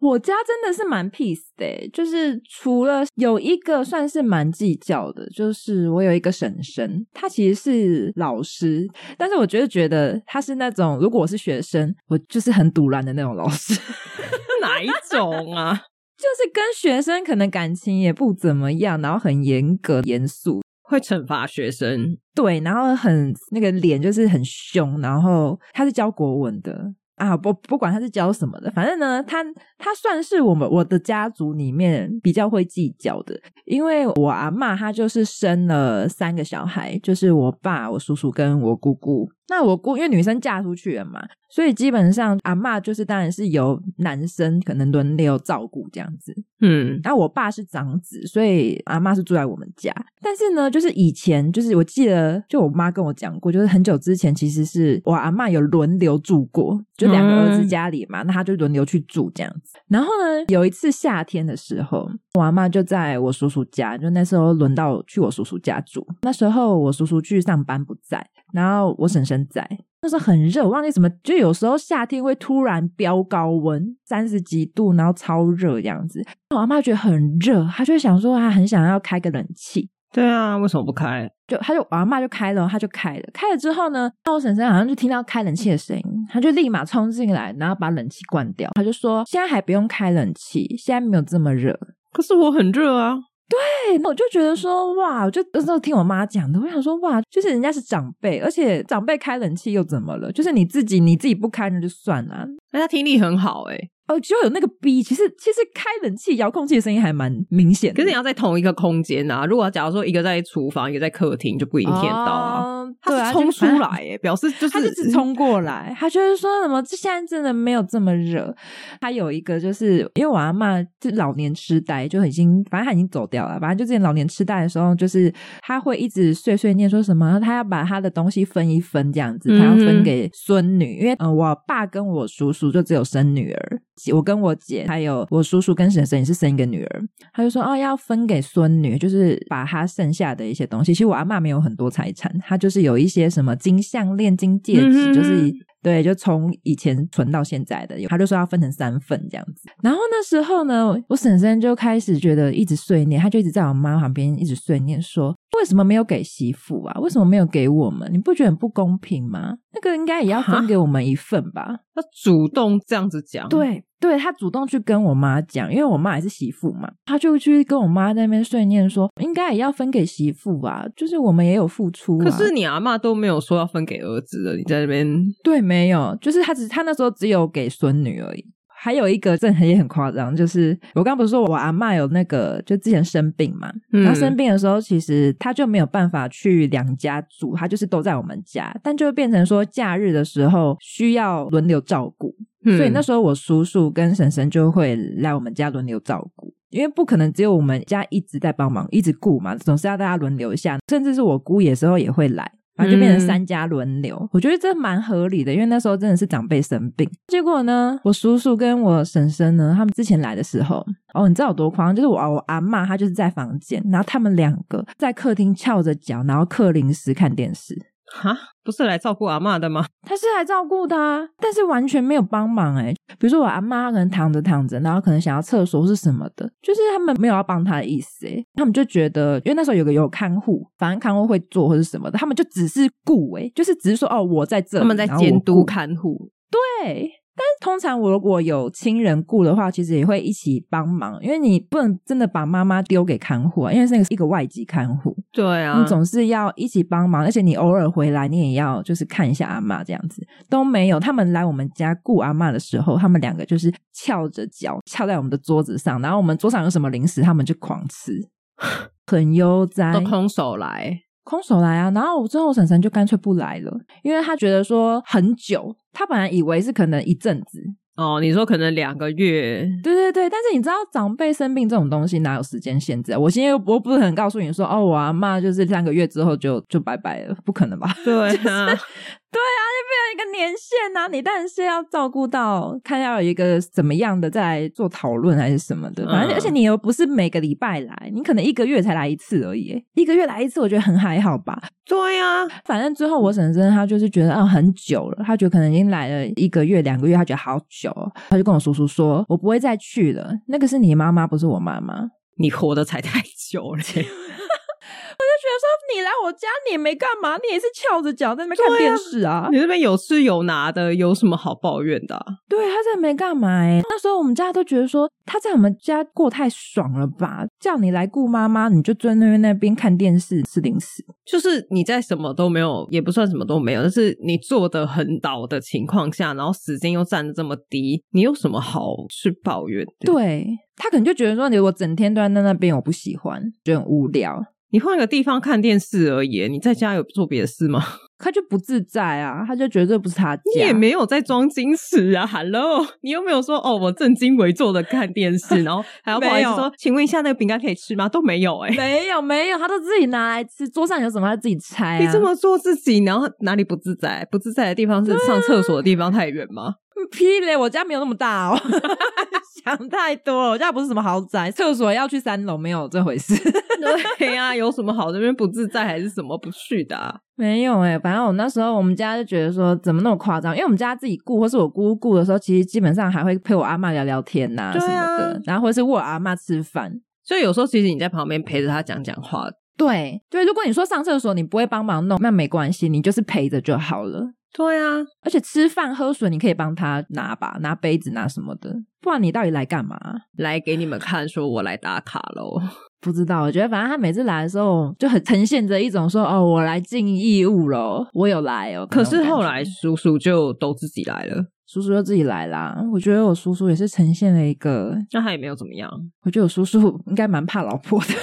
[SPEAKER 1] 我家真的是蛮 peace 的欸、就是除了有一个算是蛮计较的，就是我有一个婶婶，她其实是老师，但是我觉得觉得她是那种，如果我是学生，我就是很堵然的那种老师， *laughs*
[SPEAKER 2] 哪一种啊？ *laughs*
[SPEAKER 1] 就是跟学生可能感情也不怎么样，然后很严格严肃，
[SPEAKER 2] 会惩罚学生？
[SPEAKER 1] 对，然后很那个脸就是很凶，然后他是教国文的啊，不不管他是教什么的，反正呢，他他算是我们我的家族里面比较会计较的，因为我阿嬷她就是生了三个小孩，就是我爸、我叔叔跟我姑姑。那我姑因为女生嫁出去了嘛，所以基本上阿嬷就是当然是由男生可能轮流照顾这样子。
[SPEAKER 2] 嗯，
[SPEAKER 1] 然后我爸是长子，所以阿妈是住在我们家。但是呢，就是以前，就是我记得，就我妈跟我讲过，就是很久之前，其实是我阿妈有轮流住过，就两个儿子家里嘛，那他就轮流去住这样子。然后呢，有一次夏天的时候，我阿妈就在我叔叔家，就那时候轮到去我叔叔家住。那时候我叔叔去上班不在，然后我婶婶在。那时候很热，我忘记什么，就有时候夏天会突然飙高温，三十几度，然后超热这样子。我阿妈觉得很热，她就想说她很想要开个冷气，
[SPEAKER 2] 对啊，为什么不开？
[SPEAKER 1] 就她就我阿妈就开了，她就开了，开了之后呢，那我婶婶好像就听到开冷气的声音，她就立马冲进来，然后把冷气关掉，她就说现在还不用开冷气，现在没有这么热。
[SPEAKER 2] 可是我很热啊。
[SPEAKER 1] 对，那我就觉得说哇，我就那时候听我妈讲的，我想说哇，就是人家是长辈，而且长辈开冷气又怎么了？就是你自己你自己不开那就算了、
[SPEAKER 2] 那他听力很好哎、
[SPEAKER 1] 哦，就有那个逼，其实其实开冷气遥控器的声音还蛮明显的。
[SPEAKER 2] 可是你要在同一个空间啊。如果假如说一个在厨房，一个在客厅，就不一定听得到啊。
[SPEAKER 1] 哦
[SPEAKER 2] 他
[SPEAKER 1] 对啊
[SPEAKER 2] 是冲
[SPEAKER 1] 就
[SPEAKER 2] 出
[SPEAKER 1] 反正
[SPEAKER 2] 来哎、表示就是嗯
[SPEAKER 1] 他就只冲过来，他就是说什么这现在真的没有这么热。他有一个就是因为我阿嬷就老年痴呆，就已经反正他已经走掉了，反正就之前老年痴呆的时候，就是他会一直碎碎念说什么，他要把他的东西分一分这样子，他要
[SPEAKER 2] 嗯
[SPEAKER 1] 分给孙女，因为呃我爸跟我叔叔就只有生女儿。我跟我姐还有我叔叔跟婶婶也是生一个女儿，他就说哦，要分给孙女，就是把她剩下的一些东西。其实我阿嬷没有很多财产，她就是有一些什么金项链、金戒指，
[SPEAKER 2] 嗯
[SPEAKER 1] 就是对，就从以前存到现在的，他就说要分成三份这样子。然后那时候呢，我婶婶就开始觉得一直碎念，她就一直在我妈旁边一直碎念说：“为什么没有给媳妇啊？为什么没有给我们？你不觉得很不公平吗？那个应该也要
[SPEAKER 2] 啊
[SPEAKER 1] 分给我们一份吧？”
[SPEAKER 2] 他主动这样子讲，，
[SPEAKER 1] 对，对他主动去跟我妈讲，因为我妈也是媳妇嘛，他就去跟我妈在那边碎念说，应该也要分给媳妇吧，就是我们也有付出、啊。
[SPEAKER 2] 可是你阿嬷都没有说要分给儿子的，你在那边
[SPEAKER 1] 对，没有，就是他只他那时候只有给孙女而已。还有一个真的很也很夸张，就是我刚不是说我阿嬷有那个就之前生病嘛，
[SPEAKER 2] 嗯
[SPEAKER 1] 然后生病的时候，其实她就没有办法去两家住，她就是都在我们家，但就变成说假日的时候需要轮流照顾，
[SPEAKER 2] 嗯
[SPEAKER 1] 所以那时候我叔叔跟婶婶就会来我们家轮流照顾，因为不可能只有我们家一直在帮忙，一直顾嘛，总是要大家轮流一下。甚至是我姑爷时候也会来，然后就变成三家轮流。我觉得这蛮合理的，因为那时候真的是长辈生病。结果呢，我叔叔跟我婶婶呢，他们之前来的时候，哦，你知道有多夸张？就是我我阿嬷她就是在房间，然后他们两个在客厅翘着脚，然后嗑零食看电视。
[SPEAKER 2] 哈，不是来照顾阿嬷的吗？
[SPEAKER 1] 他是来照顾他，但是完全没有帮忙哎、比如说我阿妈，她可能躺着躺着，然后可能想要厕所是什么的，就是他们没有要帮他的意思哎、他们就觉得，因为那时候有个有看护，反正看护会做或是什么的，他们就只是顾哎、就是只是说哦我在这里，
[SPEAKER 2] 他们在
[SPEAKER 1] 然后我
[SPEAKER 2] 监督
[SPEAKER 1] 顾
[SPEAKER 2] 看护，
[SPEAKER 1] 对。但是通常我如果有亲人顾的话，其实也会一起帮忙，因为你不能真的把妈妈丢给看护啊，因为那个是一个外籍看护，
[SPEAKER 2] 对啊
[SPEAKER 1] 你，总是要一起帮忙，而且你偶尔回来，你也要就是看一下阿嬷这样子都没有。他们来我们家顾阿嬷的时候，他们两个就是翘着脚翘在我们的桌子上，然后我们桌上有什么零食，他们就狂吃，很悠哉，
[SPEAKER 2] 都空手来，
[SPEAKER 1] 空手来啊。然后我最后婶婶就干脆不来了，因为她觉得说很久，她本来以为是可能一阵子，
[SPEAKER 2] 哦，你说可能两个月，
[SPEAKER 1] 对对对，但是你知道长辈生病这种东西哪有时间限制、啊？我现在又我不可能告诉你说，哦，我阿嬷就是三个月之后就就拜拜了，不可能吧？
[SPEAKER 2] 对啊，
[SPEAKER 1] 一个年限呐、你当然是要照顾到，看要有一个怎么样的再来做讨论还是什么的。反正、
[SPEAKER 2] 嗯
[SPEAKER 1] 而且你又不是每个礼拜来，你可能一个月才来一次而已，一个月来一次，我觉得很还好吧。
[SPEAKER 2] 对啊，
[SPEAKER 1] *laughs* 反正最后我婶婶她就是觉得啊很久了，她觉得可能已经来了一个月两个月，她觉得好久哦，她就跟我叔叔说，我不会再去了，那个是你妈妈，不是我妈妈。
[SPEAKER 2] 你活得才太久了， *laughs*
[SPEAKER 1] 就觉得说你来我家你也没干嘛，你也是翘着脚在那边看电视啊。
[SPEAKER 2] 你这边有吃有拿的，有什么好抱怨的啊、
[SPEAKER 1] 对，他真的没干嘛哎、那时候我们家都觉得说他在我们家过太爽了吧，叫你来顾妈妈，你就坐在那边那边看电视吃零食。
[SPEAKER 2] 就是你在什么都没有，也不算什么都没有，但是你做的很倒的情况下，然后时间又占的这么低，你有什么好去抱怨的？，
[SPEAKER 1] 对他可能就觉得说你我整天都在那那边，我不喜欢，觉得很无聊，
[SPEAKER 2] 你换个地方看电视而已，你在家有做别的事吗？
[SPEAKER 1] 他就不自在啊，他就觉得这不是他家。
[SPEAKER 2] 你也没有在装矜持啊，Hello，你又没有说哦，我正襟危坐的看电视，然后还要不好意思
[SPEAKER 1] 没有
[SPEAKER 2] 说，请问一下那个饼干可以吃吗？都没有哎、
[SPEAKER 1] 没有没有，他都自己拿来吃，桌上有什么他自己拆、啊。
[SPEAKER 2] 你这么做自己，然后哪里不自在？不自在的地方是上厕所的地方太远吗？
[SPEAKER 1] 嗯屁嘞！我家没有那么大哦， *laughs* 想太多了。我家不是什么豪宅，厕所要去三楼，没有这回事。啊
[SPEAKER 2] *laughs* 对呀、有什么好这边不自在还是什么不去的、啊？
[SPEAKER 1] 没有哎、反正我那时候我们家就觉得说，怎么那么夸张？因为我们家自己顾，或是我姑姑顾的时候，其实基本上还会陪我阿嬷聊聊天呐、
[SPEAKER 2] 对
[SPEAKER 1] 什么
[SPEAKER 2] 啊
[SPEAKER 1] 的，然后或是喂我阿嬷吃饭。
[SPEAKER 2] 所以有时候其实你在旁边陪着他讲讲话，
[SPEAKER 1] 对对，如果你说上厕所你不会帮忙弄，那没关系，你就是陪着就好了。
[SPEAKER 2] 对啊，
[SPEAKER 1] 而且吃饭喝水你可以帮他拿吧，拿杯子拿什么的，不然你到底来干嘛？
[SPEAKER 2] 来给你们看，说我来打卡喽。
[SPEAKER 1] 不知道，我觉得反正他每次来的时候就很呈现着一种说哦，我来尽义务咯，我有来哦。
[SPEAKER 2] 可是
[SPEAKER 1] 那种感觉
[SPEAKER 2] 后来叔叔就都自己来了，
[SPEAKER 1] 叔叔就自己来啦，我觉得我叔叔也是呈现了一个，
[SPEAKER 2] 那他也没有怎么样。
[SPEAKER 1] 我觉得我叔叔应该蛮怕老婆的。 *laughs*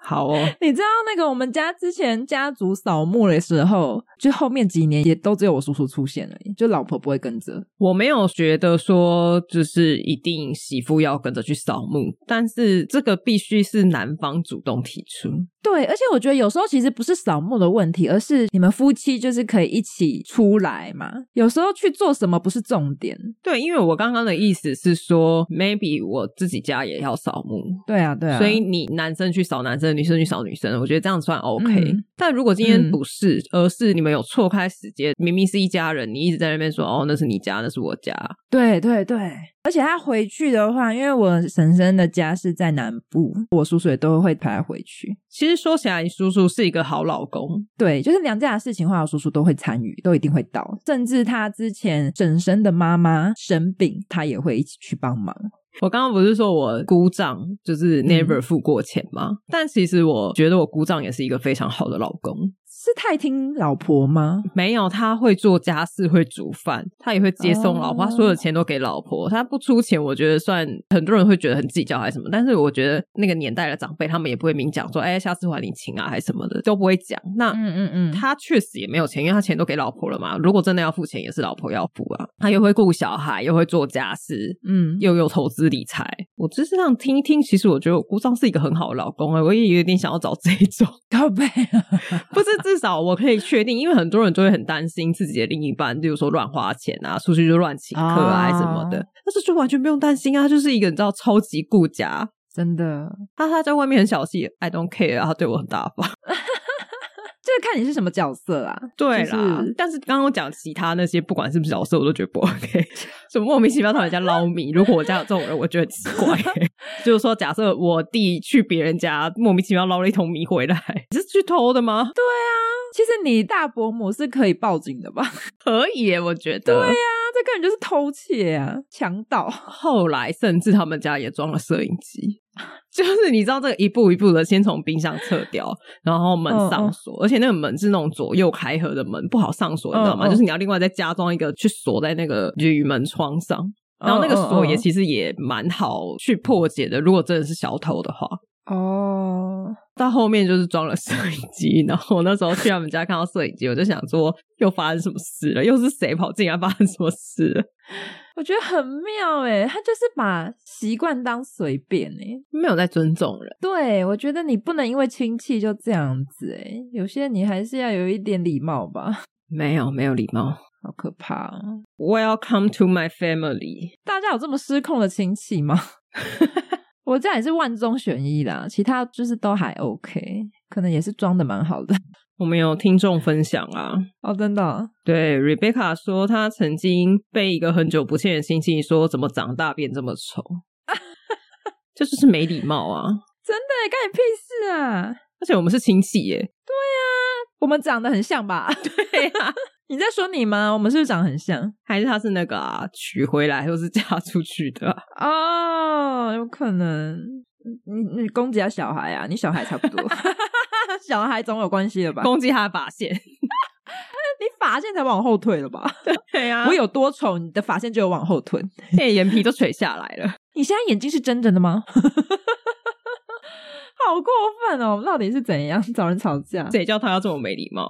[SPEAKER 2] 好哦，
[SPEAKER 1] 你知道那个我们家之前家族扫墓的时候，就后面几年也都只有我叔叔出现而已，就老婆不会跟着。
[SPEAKER 2] 我没有觉得说就是一定媳妇要跟着去扫墓，但是这个必须是男方主动提出。
[SPEAKER 1] 对，而且我觉得有时候其实不是扫墓的问题，而是你们夫妻就是可以一起出来嘛。有时候去做什么不是重点。
[SPEAKER 2] 对，因为我刚刚的意思是说，maybe 我自己家也要扫墓，
[SPEAKER 1] 对啊，对啊，
[SPEAKER 2] 所以你男生去扫男生，女生去扫女生，我觉得这样算 OK、
[SPEAKER 1] 嗯
[SPEAKER 2] 但如果今天
[SPEAKER 1] 嗯
[SPEAKER 2] 不是，而是你们有错开时间，明明是一家人，你一直在那边说哦，那是你家，那是我家，
[SPEAKER 1] 对对对，而且他回去的话，因为我婶婶的家是在南部，我叔叔也都会陪他回去。
[SPEAKER 2] 其实说起来，你叔叔是一个好老公，
[SPEAKER 1] 对，就是娘家的事情，花我叔叔都会参与，都一定会到。甚至他之前婶婶的妈妈生病，他也会一起去帮忙。
[SPEAKER 2] 我刚刚不是说我姑丈就是
[SPEAKER 1] 嗯
[SPEAKER 2] never 付过钱吗？但其实我觉得我姑丈也是一个非常好的老公。
[SPEAKER 1] 是是太听老婆吗？
[SPEAKER 2] 没有，他会做家事，会煮饭，他也会接送老婆，
[SPEAKER 1] 哦
[SPEAKER 2] 他所有钱都给老婆。他不出钱，我觉得算很多人会觉得很计较还是什么，但是我觉得那个年代的长辈他们也不会明讲说，哎，下次还你情啊，还是什么的都不会讲。那
[SPEAKER 1] 嗯嗯嗯，
[SPEAKER 2] 他确实也没有钱，因为他钱都给老婆了嘛。如果真的要付钱，也是老婆要付啊。他又会顾小孩，又会做家事，
[SPEAKER 1] 嗯
[SPEAKER 2] 又有投资理财。我只是这样听一听，其实我觉得我姑丈是一个很好的老公啊、我也有点想要找这一种。
[SPEAKER 1] 靠背，
[SPEAKER 2] *laughs* 不是，至少我可以确定，因为很多人就会很担心自己的另一半，例如说乱花钱啊，出去就乱请客啊、
[SPEAKER 1] 啊
[SPEAKER 2] 什么的。但是就完全不用担心啊，他就是一个你知道超级顾家。
[SPEAKER 1] *laughs* 真的，
[SPEAKER 2] 他他在外面很小气，I don't care，啊他对我很大方。
[SPEAKER 1] 这个看你是什么角色啊啦。
[SPEAKER 2] *laughs* 对
[SPEAKER 1] 就
[SPEAKER 2] 啦，
[SPEAKER 1] 是
[SPEAKER 2] 但是刚刚我讲其他那些，不管是不是角色，我都觉得不 OK。什么 *laughs* 莫名其妙到人家捞米，如果我家有这种人，我觉得很奇怪。 *laughs* 就是说，假设我弟去别人家莫名其妙捞了一桶米回来， *laughs* 你是去偷的吗？ *laughs*
[SPEAKER 1] 其实你大伯母是可以报警的吧？ *laughs*
[SPEAKER 2] 可以耶，我觉得。对
[SPEAKER 1] 啊，这根本就是偷窃啊，强盗。
[SPEAKER 2] 后来甚至他们家也装了摄影机， *laughs* 就是你知道这个一步一步的，先从冰箱撤掉，然后门
[SPEAKER 1] 嗯
[SPEAKER 2] 上锁，而且那个门是那种左右开合的门，不好上锁，你知道吗？
[SPEAKER 1] 嗯嗯
[SPEAKER 2] 就是你要另外再加装一个去锁在那个铝门窗上。然后那个
[SPEAKER 1] 嗯
[SPEAKER 2] 锁也其实也蛮好去破解的，如果真的是小偷的话。
[SPEAKER 1] 哦，
[SPEAKER 2] 到后面就是装了 *laughs* 摄影机，然后我那时候去他们家看到摄影机，我就想说又发生什么事了？又是谁跑进来发生什么事了？
[SPEAKER 1] 我觉得很妙诶，他就是把习惯当随便欸诶。
[SPEAKER 2] 没有在尊重人。
[SPEAKER 1] 对，我觉得你不能因为亲戚就这样子诶，有些你还是要有一点礼貌吧。
[SPEAKER 2] 没有，没有礼貌。
[SPEAKER 1] 好可怕、哦！
[SPEAKER 2] Welcome to my family。
[SPEAKER 1] 大家有这么失控的亲戚吗？ *laughs* 我家也是万中选一啦，其他就是都还 OK，可能也是装的蛮好的。 *laughs*
[SPEAKER 2] 我们有听众分享啊，
[SPEAKER 1] 哦，真的哦、
[SPEAKER 2] 对 Rebecca 说，她曾经被一个很久不见的亲戚说，怎么长大变这么 *laughs* 丑，这就是没礼貌啊！
[SPEAKER 1] 真的耶，干你屁事啊！
[SPEAKER 2] 而且我们是亲戚耶，
[SPEAKER 1] 我们长得很像吧？ *laughs*
[SPEAKER 2] 对啊，
[SPEAKER 1] 你在说你吗？我们是不是长得很像？
[SPEAKER 2] 还是他是那个啊，娶回来又是嫁出去的啊、 *laughs*
[SPEAKER 1] 哦，有可能。你你攻击他小孩啊？你小孩差不多， *laughs* 小孩总有关系了吧？
[SPEAKER 2] 攻击他的发线。
[SPEAKER 1] 你发线才往后退了吧？
[SPEAKER 2] 对啊
[SPEAKER 1] 我
[SPEAKER 2] 我有
[SPEAKER 1] 有多丑，你的发线就有往后退。
[SPEAKER 2] 哎、眼皮都垂下来了。
[SPEAKER 1] 你现在眼睛是睁着的吗？ *laughs* 好过分哦！到底是怎样找人吵架？
[SPEAKER 2] 谁叫他要这么没礼貌？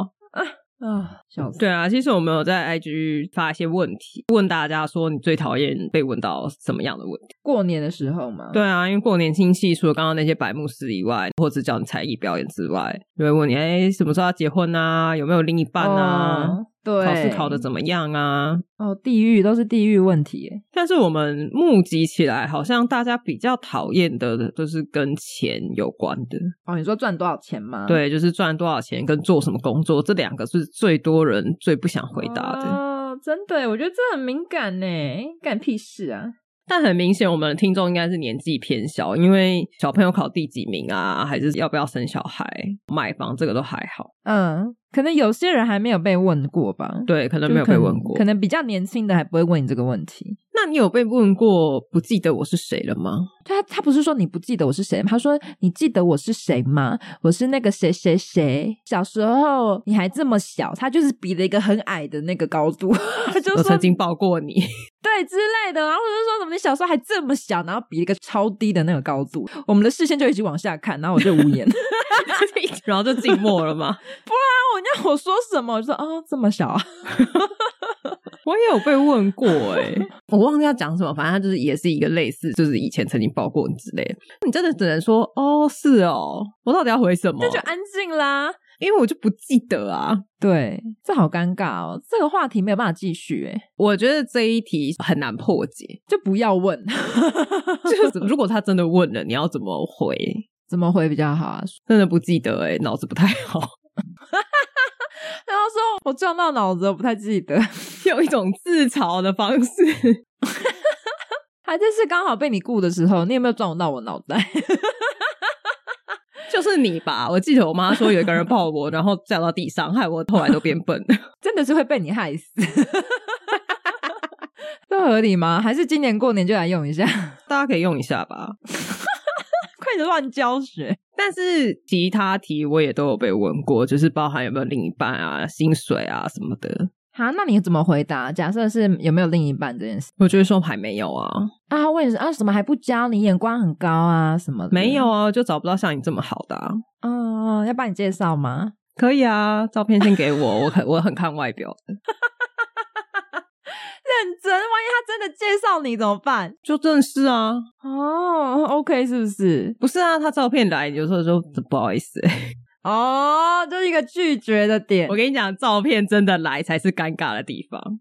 [SPEAKER 1] 啊，笑死！
[SPEAKER 2] 对啊，其实我们有在 IG 发一些问题，问大家说你最讨厌被问到什么样的问题？
[SPEAKER 1] 过年的时候嘛，
[SPEAKER 2] 对啊，因为过年亲戚除了刚刚那些白幕师以外，或者叫你才艺表演之外，就会问你哎什么时候要结婚啊？有没有另一半啊？
[SPEAKER 1] 哦，对，
[SPEAKER 2] 考试考的怎么样啊？
[SPEAKER 1] 哦，地狱都是地狱问题耶。
[SPEAKER 2] 但是我们募集起来，好像大家比较讨厌的就是跟钱有关的，
[SPEAKER 1] 哦，你说赚多少钱吗？，
[SPEAKER 2] 对，就是赚多少钱跟做什么工作，这两个是最多人最不想回答的。
[SPEAKER 1] 哦，真的耶，我觉得这很敏感呢，干屁事啊！
[SPEAKER 2] 但很明显，我们的听众应该是年纪偏小，因为小朋友考第几名啊，还是要不要生小孩、买房，这个都还好。
[SPEAKER 1] 嗯，可能有些人还没有被问过吧，
[SPEAKER 2] 对，可
[SPEAKER 1] 就
[SPEAKER 2] 能
[SPEAKER 1] 可能，
[SPEAKER 2] 没有被问过。
[SPEAKER 1] 可能比较年轻的还不会问你这个问题。
[SPEAKER 2] 那你有被问过不记得我是谁了吗？
[SPEAKER 1] 他他不是说你不记得我是谁，他说你记得我是谁吗？我是那个谁谁谁，小时候你还这么小，他就是比了一个很矮的那个高度， *laughs* 就
[SPEAKER 2] 我
[SPEAKER 1] 说
[SPEAKER 2] 曾经抱过
[SPEAKER 1] *laughs*
[SPEAKER 2] 你，
[SPEAKER 1] 对之类的，然后我就说怎么你小时候还这么小，然后比一个超低的那个高度，我们的视线就一直往下看，然后我就无言。 *laughs*
[SPEAKER 2] 然后就静默了吗？ *laughs*
[SPEAKER 1] 我你要我说什么？我就说哦，这么小啊，
[SPEAKER 2] 我也有被问过哎、 *laughs* 我忘记要讲什么，反正他就是也是一个类似，就是以前曾经抱过你之类的。你真的只能说哦，是哦，我到底要回什么
[SPEAKER 1] 那？就安静啦。
[SPEAKER 2] 因为我就不记得啊。
[SPEAKER 1] 对，这好尴尬哦，这个话题没有办法继续，哎，
[SPEAKER 2] 我觉得这一题很难破解，
[SPEAKER 1] *laughs* 就不要问，
[SPEAKER 2] 就是如果他真的问了，你要怎么回？
[SPEAKER 1] 怎么回比较好啊？ *laughs*
[SPEAKER 2] 真的不记得哎、脑子不太好， *laughs*
[SPEAKER 1] 然后说我撞到脑子，我不太记得，
[SPEAKER 2] 有一种自嘲的方式。
[SPEAKER 1] 还真是刚好被你顾的时候，你有没有撞到我脑袋？ *laughs*
[SPEAKER 2] 就是你吧，我记得我妈说有一个人抱我，然后掉到地上，害我后来都变笨。 *laughs*
[SPEAKER 1] 真的是会被你害死。 *laughs* 这合理吗？还是今年过年就来用一下？ *laughs*
[SPEAKER 2] 大家可以用一下吧。
[SPEAKER 1] 快点乱教学！
[SPEAKER 2] 但是其他题我也都有被问过，就是包含有没有另一半啊、薪水啊什么的。
[SPEAKER 1] 好，那你怎么回答？假设是有没有另一半这件事
[SPEAKER 2] 我就会说还没有啊，
[SPEAKER 1] 啊？问你是啊，什么还不教你？眼光很高啊，什么的？
[SPEAKER 2] 没有啊，就找不到像你这么好的、啊。
[SPEAKER 1] 嗯，要帮你介绍吗？
[SPEAKER 2] 可以啊，照片先给我，我很我很看外表的，
[SPEAKER 1] 认真，万一他真的介绍你怎么办？
[SPEAKER 2] 就正式啊，
[SPEAKER 1] 哦，OK，是不是？
[SPEAKER 2] 不是啊，他照片来，有时候说不好意思、
[SPEAKER 1] 哦，这是一个拒绝的点
[SPEAKER 2] 我。跟你讲，照片真的来才是尴尬的地方。 *laughs*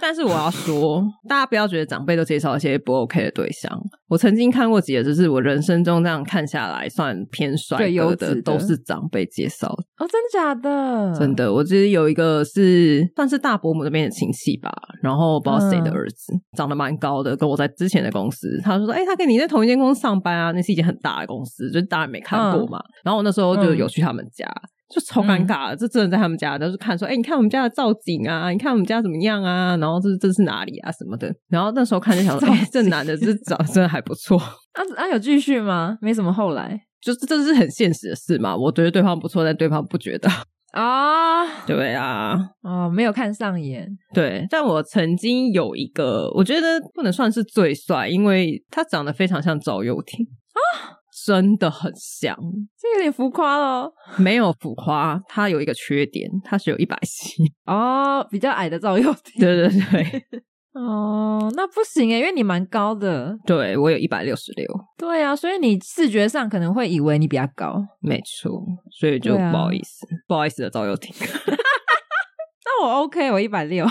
[SPEAKER 2] 但是我
[SPEAKER 1] *laughs*
[SPEAKER 2] 要说，大家不要觉得长辈都介绍一些不 OK 的对象。我曾经看过几个，就是我人生中这样看下来算偏帅
[SPEAKER 1] 最优
[SPEAKER 2] 哥
[SPEAKER 1] 质的
[SPEAKER 2] 的，都是长辈介绍的。
[SPEAKER 1] 哦，真的假的？
[SPEAKER 2] 真的，我记得有一个是算是大伯母那边的亲戚吧，然后不知道谁的
[SPEAKER 1] 嗯
[SPEAKER 2] 儿子，长得蛮高的，跟我在之前的公司，他就说，哎、他跟你在同一间公司上班啊，那是一间很大的公司，就当然没看
[SPEAKER 1] 嗯
[SPEAKER 2] 过嘛。然后我那时候就有去他们家。就超尴尬，这真的在他们家，就是看说，哎、你看我们家的造景啊，你看我们家怎么样啊，然后这这是哪里啊什么的，然后那时候看就想
[SPEAKER 1] *laughs*
[SPEAKER 2] 说，
[SPEAKER 1] 造
[SPEAKER 2] 哎、
[SPEAKER 1] 景
[SPEAKER 2] 这男的这长得真的还不错，
[SPEAKER 1] 啊啊，有继续吗？没什么后来
[SPEAKER 2] 就是这是很现实的事嘛，我觉得对方不错，但对方不觉得， *laughs*
[SPEAKER 1] 啊
[SPEAKER 2] 对啊，
[SPEAKER 1] 哦，没有看上眼
[SPEAKER 2] 对，但我曾经有一个，我觉得不能算是最帅，因为他长得非常像赵又廷啊，真的很像，
[SPEAKER 1] 这有点浮夸喽。
[SPEAKER 2] 没有浮夸。他有一个缺点，他只有一百七。
[SPEAKER 1] 哦，比较矮的赵又廷。
[SPEAKER 2] 对对对，
[SPEAKER 1] 哦，那不行诶，因为你蛮高的。
[SPEAKER 2] 对我有一百六十六，
[SPEAKER 1] 对啊，所以你视觉上可能会以为你比较高。
[SPEAKER 2] 没错，所以就
[SPEAKER 1] 对啊
[SPEAKER 2] 不好意思，不好意思的赵又廷， *laughs*
[SPEAKER 1] 那我 OK，我一百六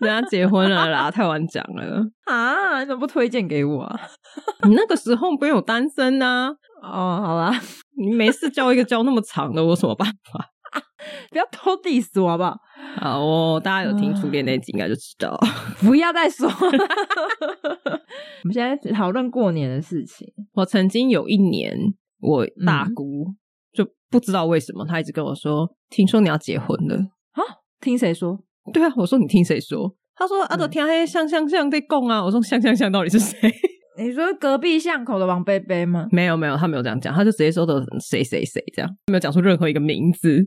[SPEAKER 2] 人家结婚了啦，太晚讲了。
[SPEAKER 1] 啊，你怎么不推荐给我啊？
[SPEAKER 2] 你那个时候没有单身呐、
[SPEAKER 1] 哦，好啦，
[SPEAKER 2] 你没事交一个交那么长的，我有什么办法？
[SPEAKER 1] 不要偷 diss 我好不好？
[SPEAKER 2] 好哦，大家有听初恋
[SPEAKER 1] 啊
[SPEAKER 2] 那集应该就知道。
[SPEAKER 1] 不要再说了。 *laughs* 我们现在讨论过年的事情。
[SPEAKER 2] 我曾经有一年，我大
[SPEAKER 1] 嗯
[SPEAKER 2] 姑、就不知道为什么，她一直跟我说：“听说你要结婚了。
[SPEAKER 1] 听谁说？”
[SPEAKER 2] 对啊，我说：“你听谁说？”她说：“啊，
[SPEAKER 1] 嗯
[SPEAKER 2] 都听嘿像像像在供啊。”我说：“像像像到底是谁 *laughs*？
[SPEAKER 1] 你说隔壁巷口的王贝贝吗？”
[SPEAKER 2] 没有没有，她没有这样讲，她就直接说的谁谁谁这样，没有讲出任何一个名字。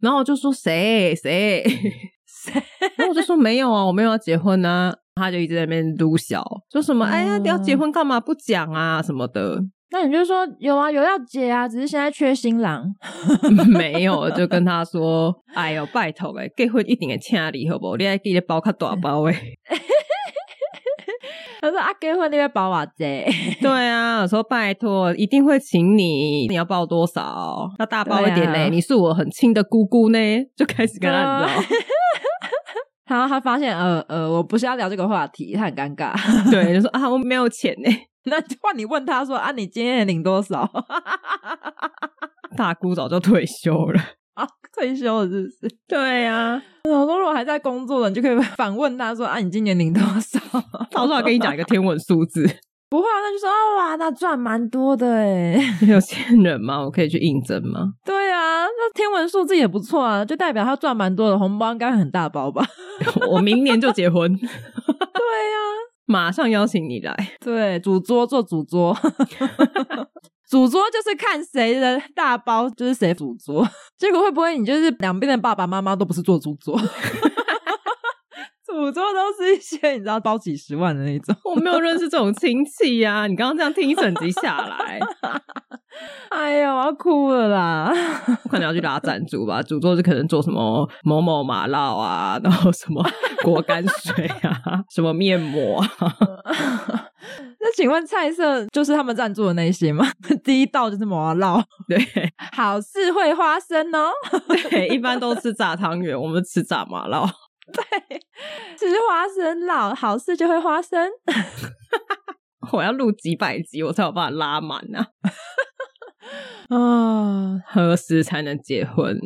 [SPEAKER 2] 然后我就说谁谁
[SPEAKER 1] *laughs* 谁？
[SPEAKER 2] 然后我就说没有啊，我没有要结婚啊。她就一直在那边撸小，说什么、哎呀，你要结婚干嘛不讲啊什么的。
[SPEAKER 1] 那你就说有啊，有要结啊，只是现在缺新郎。 *laughs*
[SPEAKER 2] 没有，就跟他说：“哎呦，拜托哎，结婚一定会请你，好不好？你还记得包较大包诶。
[SPEAKER 1] 他说啊，结婚那边包瓦姐，
[SPEAKER 2] 对啊，我说拜托，一定会请你。你要包多少？要大包一点嘞、
[SPEAKER 1] 对啊
[SPEAKER 2] 你是我很亲的姑姑呢。”就开始跟他聊。
[SPEAKER 1] *laughs* 然后他发现呃呃，我不是要聊这个话题，他很尴尬。 *laughs*
[SPEAKER 2] 对，就说啊，我没有钱呢。
[SPEAKER 1] 那换你问他说啊，你今天领多少？ *laughs*
[SPEAKER 2] 大姑早就退休了。
[SPEAKER 1] 啊，退休了是不是？ *laughs*
[SPEAKER 2] 对啊，
[SPEAKER 1] 我说如果还在工作的，你就可以 *laughs* 反问他说啊，你今年领多少？ *laughs*
[SPEAKER 2] 到时候还跟你讲一个天文数字，
[SPEAKER 1] 不会啊，那就说啊哇，那赚蛮多的哎。
[SPEAKER 2] 有钱人吗？我可以去应征吗？
[SPEAKER 1] *laughs* 对啊，那天文数字也不错啊，就代表他赚蛮多的，红包应该很大包吧？
[SPEAKER 2] 我明年就结婚，
[SPEAKER 1] 对呀、
[SPEAKER 2] 马上邀请你来。
[SPEAKER 1] 对，主桌做主桌， *laughs* 主桌就是看谁的大包就是谁主桌，结果会不会你就是两边的爸爸妈妈都不是做主桌， *laughs* 主桌都是一些你知道包几十万的那种。
[SPEAKER 2] 我没有认识这种亲戚呀、你刚刚这样听一整集下来，
[SPEAKER 1] *laughs* 哎呀，我要哭了啦！
[SPEAKER 2] 我可能要去拉赞助吧。主做是可能做什么某某马酪啊，然后什么果干水啊，什么面膜啊。
[SPEAKER 1] *laughs* 那请问菜色就是他们赞助的那些吗？ *laughs* 第一道就是麻辣，
[SPEAKER 2] 对
[SPEAKER 1] 好事会花生哦。
[SPEAKER 2] 对，一般都吃炸汤圆，我们吃炸马酪。
[SPEAKER 1] 吃花生老好事就会花生。
[SPEAKER 2] 我要录几百集，我才有办法拉满啊！
[SPEAKER 1] 啊，
[SPEAKER 2] 何时才能结婚？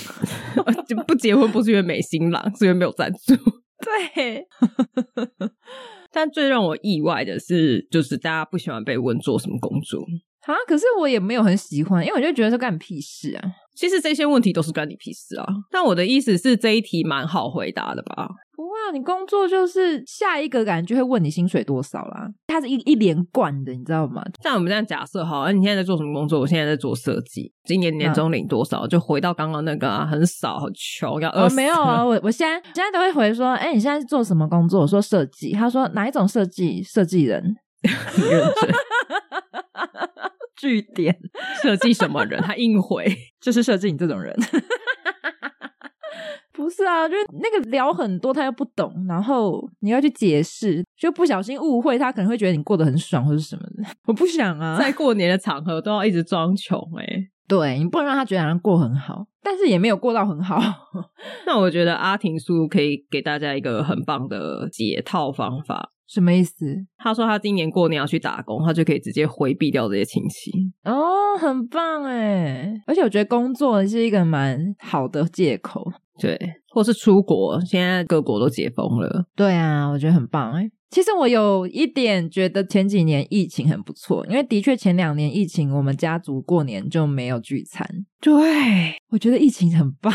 [SPEAKER 2] *laughs* 就不结婚不是因为没新郎，是因为没有赞助。
[SPEAKER 1] *laughs* 对，
[SPEAKER 2] 但最让我意外的是，就是大家不喜欢被问做什么工作。
[SPEAKER 1] 啊，可是我也没有很喜欢，因为我就觉得说干你屁事啊！
[SPEAKER 2] 其实这些问题都是关你屁事啊。但我的意思是，这一题蛮好回答的吧？
[SPEAKER 1] 哇，你工作就是下一个感觉会问你薪水多少啦，它是一一连贯的，你知道吗？
[SPEAKER 2] 像我们这样假设好，哎，你现在在做什么工作？我现在在做设计，今年年终领多少？就回到刚刚那个、啊、很少很穷，要
[SPEAKER 1] 哦
[SPEAKER 2] 二，十、
[SPEAKER 1] 没有 *laughs* 啊，我我现在现在都会回说，哎、你现在是做什么工作？我说设计，他说哪一种设计？设计人，
[SPEAKER 2] 很认真。
[SPEAKER 1] 据点
[SPEAKER 2] 设计什么人？他硬
[SPEAKER 1] *laughs*
[SPEAKER 2] 回，
[SPEAKER 1] 就是设计你这种人。 *laughs* 不是啊，就是那个聊很多，他又不懂，然后你要去解释，就不小心误会，他可能会觉得你过得很爽或者什么的。我不想啊，
[SPEAKER 2] 在过年的场合都要一直装穷哎、
[SPEAKER 1] 对你不能让他觉得好像过很好，但是也没有过到很好。 *laughs*
[SPEAKER 2] 那我觉得阿婷叔可以给大家一个很棒的解套方法。
[SPEAKER 1] 什么意思？
[SPEAKER 2] 他说他今年过年要去打工，他就可以直接回避掉这些亲戚。
[SPEAKER 1] 哦，很棒哎！而且我觉得工作是一个蛮好的借口。
[SPEAKER 2] 对，或是出国，现在各国都解封了，
[SPEAKER 1] 对啊，我觉得很棒哎。其实我有一点觉得前几年疫情很不错，因为的确前两年疫情，我们家族过年就没有聚餐。对，我觉得疫情很棒。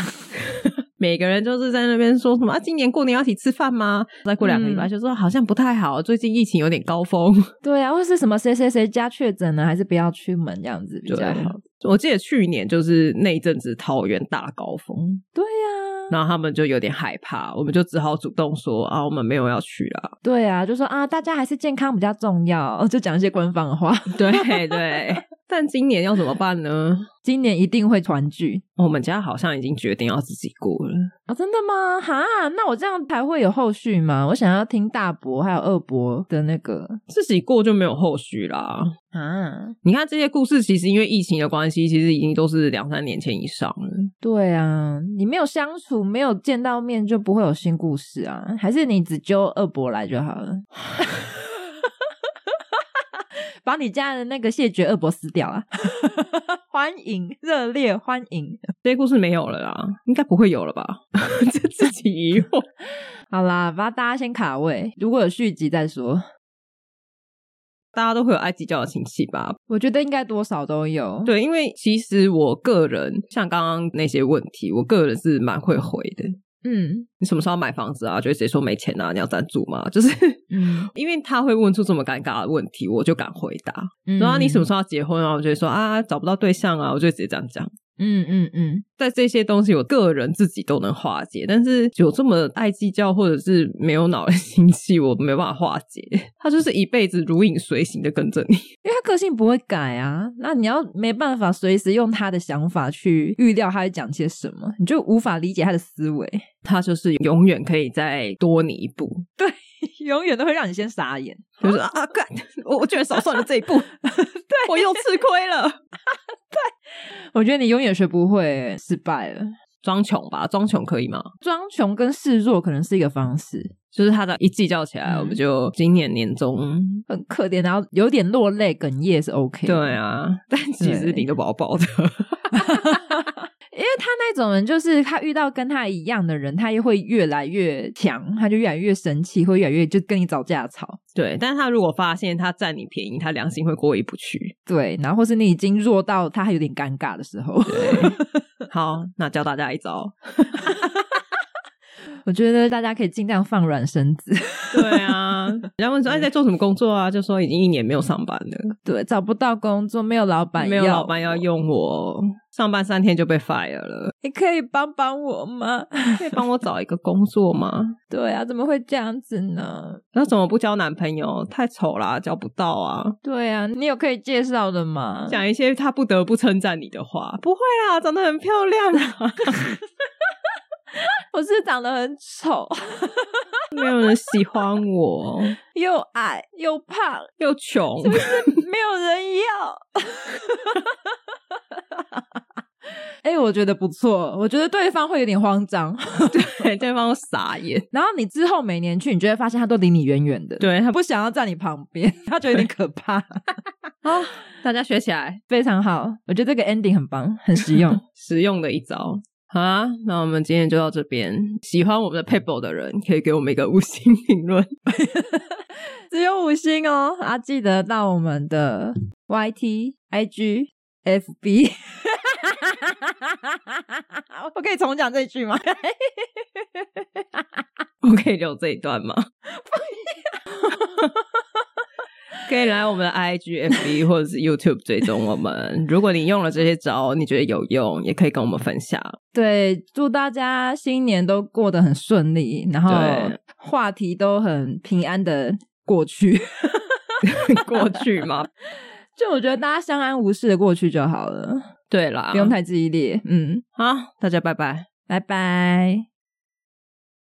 [SPEAKER 1] *laughs*
[SPEAKER 2] 每个人就是在那边说什么啊，今年过年要一起吃饭吗？再过两个礼拜
[SPEAKER 1] 嗯
[SPEAKER 2] 就说好像不太好，最近疫情有点高峰。
[SPEAKER 1] 对啊，或是什么谁谁谁家确诊了，还是不要出门这样子比较
[SPEAKER 2] 对
[SPEAKER 1] 好。
[SPEAKER 2] 我记得去年就是那一阵子桃园大高峰，
[SPEAKER 1] 对啊呀、
[SPEAKER 2] 然后他们就有点害怕，我们就只好主动说啊，我们没有要去啦。
[SPEAKER 1] 对啊，就说啊，大家还是健康比较重要，哦就讲一些官方的话。 *laughs*
[SPEAKER 2] 对对，但今年要怎么办呢？
[SPEAKER 1] 今年一定会团聚，
[SPEAKER 2] 我们家好像已经决定要自己过了。
[SPEAKER 1] 啊、真的吗？哈，那我这样才会有后续吗？我想要听大伯还有二伯的那个
[SPEAKER 2] 自己过就没有后续啦。
[SPEAKER 1] 啊，
[SPEAKER 2] 你看这些故事，其实因为疫情的关系，其实已经都是两三年前以上了。
[SPEAKER 1] 对啊，你没有相处，没有见到面，就不会有新故事啊。还是你只揪二伯来就好了， *laughs* 把你家的那个谢绝二伯撕掉啊！ *laughs* 欢迎，热烈欢迎。
[SPEAKER 2] 这些故事没有了啦，应该不会有了吧？ *laughs* 这自己疑惑。
[SPEAKER 1] 好啦，把大家先卡位，如果有续集再说。
[SPEAKER 2] 大家都会有埃及教的亲戚吧？
[SPEAKER 1] 我觉得应该多少都有。
[SPEAKER 2] 对，因为其实我个人像刚刚那些问题，我个人是蛮会回的。
[SPEAKER 1] 嗯
[SPEAKER 2] 你什么时候要买房子啊？就会直接说没钱啊，你要赞助吗？ *laughs* 就是
[SPEAKER 1] 嗯，
[SPEAKER 2] 因为他会问出这么尴尬的问题，我就敢回答。
[SPEAKER 1] 嗯
[SPEAKER 2] 然后你什么时候要结婚啊？我就会说啊，找不到对象啊，我就直接这样讲。
[SPEAKER 1] 嗯嗯嗯，
[SPEAKER 2] 在这些东西，我个人自己都能化解，但是有这么爱计较或者是没有脑的 *laughs* 亲戚，我没办法化解。他就是一辈子如影随形的跟着你。
[SPEAKER 1] 因为他个性不会改啊，那你要没办法随时用他的想法去预料他会讲些什么，你就无法理解他的思维， *laughs*
[SPEAKER 2] 他就是永远可以再多你一步，
[SPEAKER 1] 永远都会让你先傻眼。
[SPEAKER 2] 就是啊啊，干，我我居然少算了这一
[SPEAKER 1] *laughs*
[SPEAKER 2] 步，对我又吃亏了。
[SPEAKER 1] 我觉得你永远学不会，失败了。
[SPEAKER 2] 装穷吧，装穷可以吗？
[SPEAKER 1] 装穷跟示弱可能是一个方式，
[SPEAKER 2] 就是他的一计较起来，
[SPEAKER 1] 嗯
[SPEAKER 2] 我们就今年年终， *laughs*
[SPEAKER 1] 很可怜，然后有点落泪哽咽是 OK。
[SPEAKER 2] 对，啊，但其实
[SPEAKER 1] 对
[SPEAKER 2] 领的饱饱的。 *laughs*
[SPEAKER 1] 因为他那种人就是他遇到跟他一样的人，他也会越来越强，他就越来越生气，会越来越就跟你找架吵。
[SPEAKER 2] 对，但是他如果发现他占你便宜，他良心会过意不去。
[SPEAKER 1] 对，然后或是你已经弱到他还有点尴尬的时候。
[SPEAKER 2] 好，那教大家一招。
[SPEAKER 1] 我觉得大家可以尽量放软身子，
[SPEAKER 2] *laughs* 对啊，然后问说：“哎，在做什么工作啊？”就说已经一年没有上班了，
[SPEAKER 1] 对，找不到工作，没有老板，
[SPEAKER 2] 没有老板要，用我，上班三天就被 fire *laughs* 了。
[SPEAKER 1] 你可以帮帮我吗？
[SPEAKER 2] 可以帮我找一个工作吗？
[SPEAKER 1] 对啊，怎么会这样子呢？
[SPEAKER 2] 那怎么不交男朋友？太丑啦，交不到啊！
[SPEAKER 1] 对啊，你有可以介绍的吗？
[SPEAKER 2] 讲一些他不得不称赞你的话。不会啦，长得很漂亮啊， *laughs*
[SPEAKER 1] 我是长得很丑，
[SPEAKER 2] 没有人喜欢我，
[SPEAKER 1] 又矮又胖，
[SPEAKER 2] 又 *laughs* 穷。
[SPEAKER 1] 没有人要。 *laughs* 哎、我觉得不错，我觉得对方会有点慌张， *laughs*
[SPEAKER 2] 对，对方傻眼。
[SPEAKER 1] 然后你之后每年去，你就会发现他都离你远远的，，
[SPEAKER 2] 对他
[SPEAKER 1] 他
[SPEAKER 2] 不
[SPEAKER 1] 不想要站你旁边， *laughs* 他觉得有点可
[SPEAKER 2] *laughs*
[SPEAKER 1] 怕。
[SPEAKER 2] 啊，大家学起来。
[SPEAKER 1] 非常好，我觉得这个 ending 很棒，很实
[SPEAKER 2] *laughs*
[SPEAKER 1] 用。
[SPEAKER 2] 实用的一招。好啊，那我们今天就到这边。喜欢我们的 Pebble 的人，可以给我们一个五星评论。
[SPEAKER 1] 只有五星哦，啊，记得到我们的 YT、IG、FB。我可以重讲这句吗？
[SPEAKER 2] 我可以留这一段吗？ *laughs* 可以来我们的 IG、FB 或者是 YouTube 追踪我们。如果你用了这些招，你觉得有用，也可以跟我们分享。 *laughs*
[SPEAKER 1] 对，祝大家新年都过得很顺利，然后
[SPEAKER 2] 对
[SPEAKER 1] 话题都很平安的过去。
[SPEAKER 2] 过去吗？ *laughs*
[SPEAKER 1] 就我觉得大家相安无事的过去就好了，
[SPEAKER 2] 对啦，
[SPEAKER 1] 不用太激烈。嗯，
[SPEAKER 2] 好，大家拜拜。
[SPEAKER 1] 拜拜。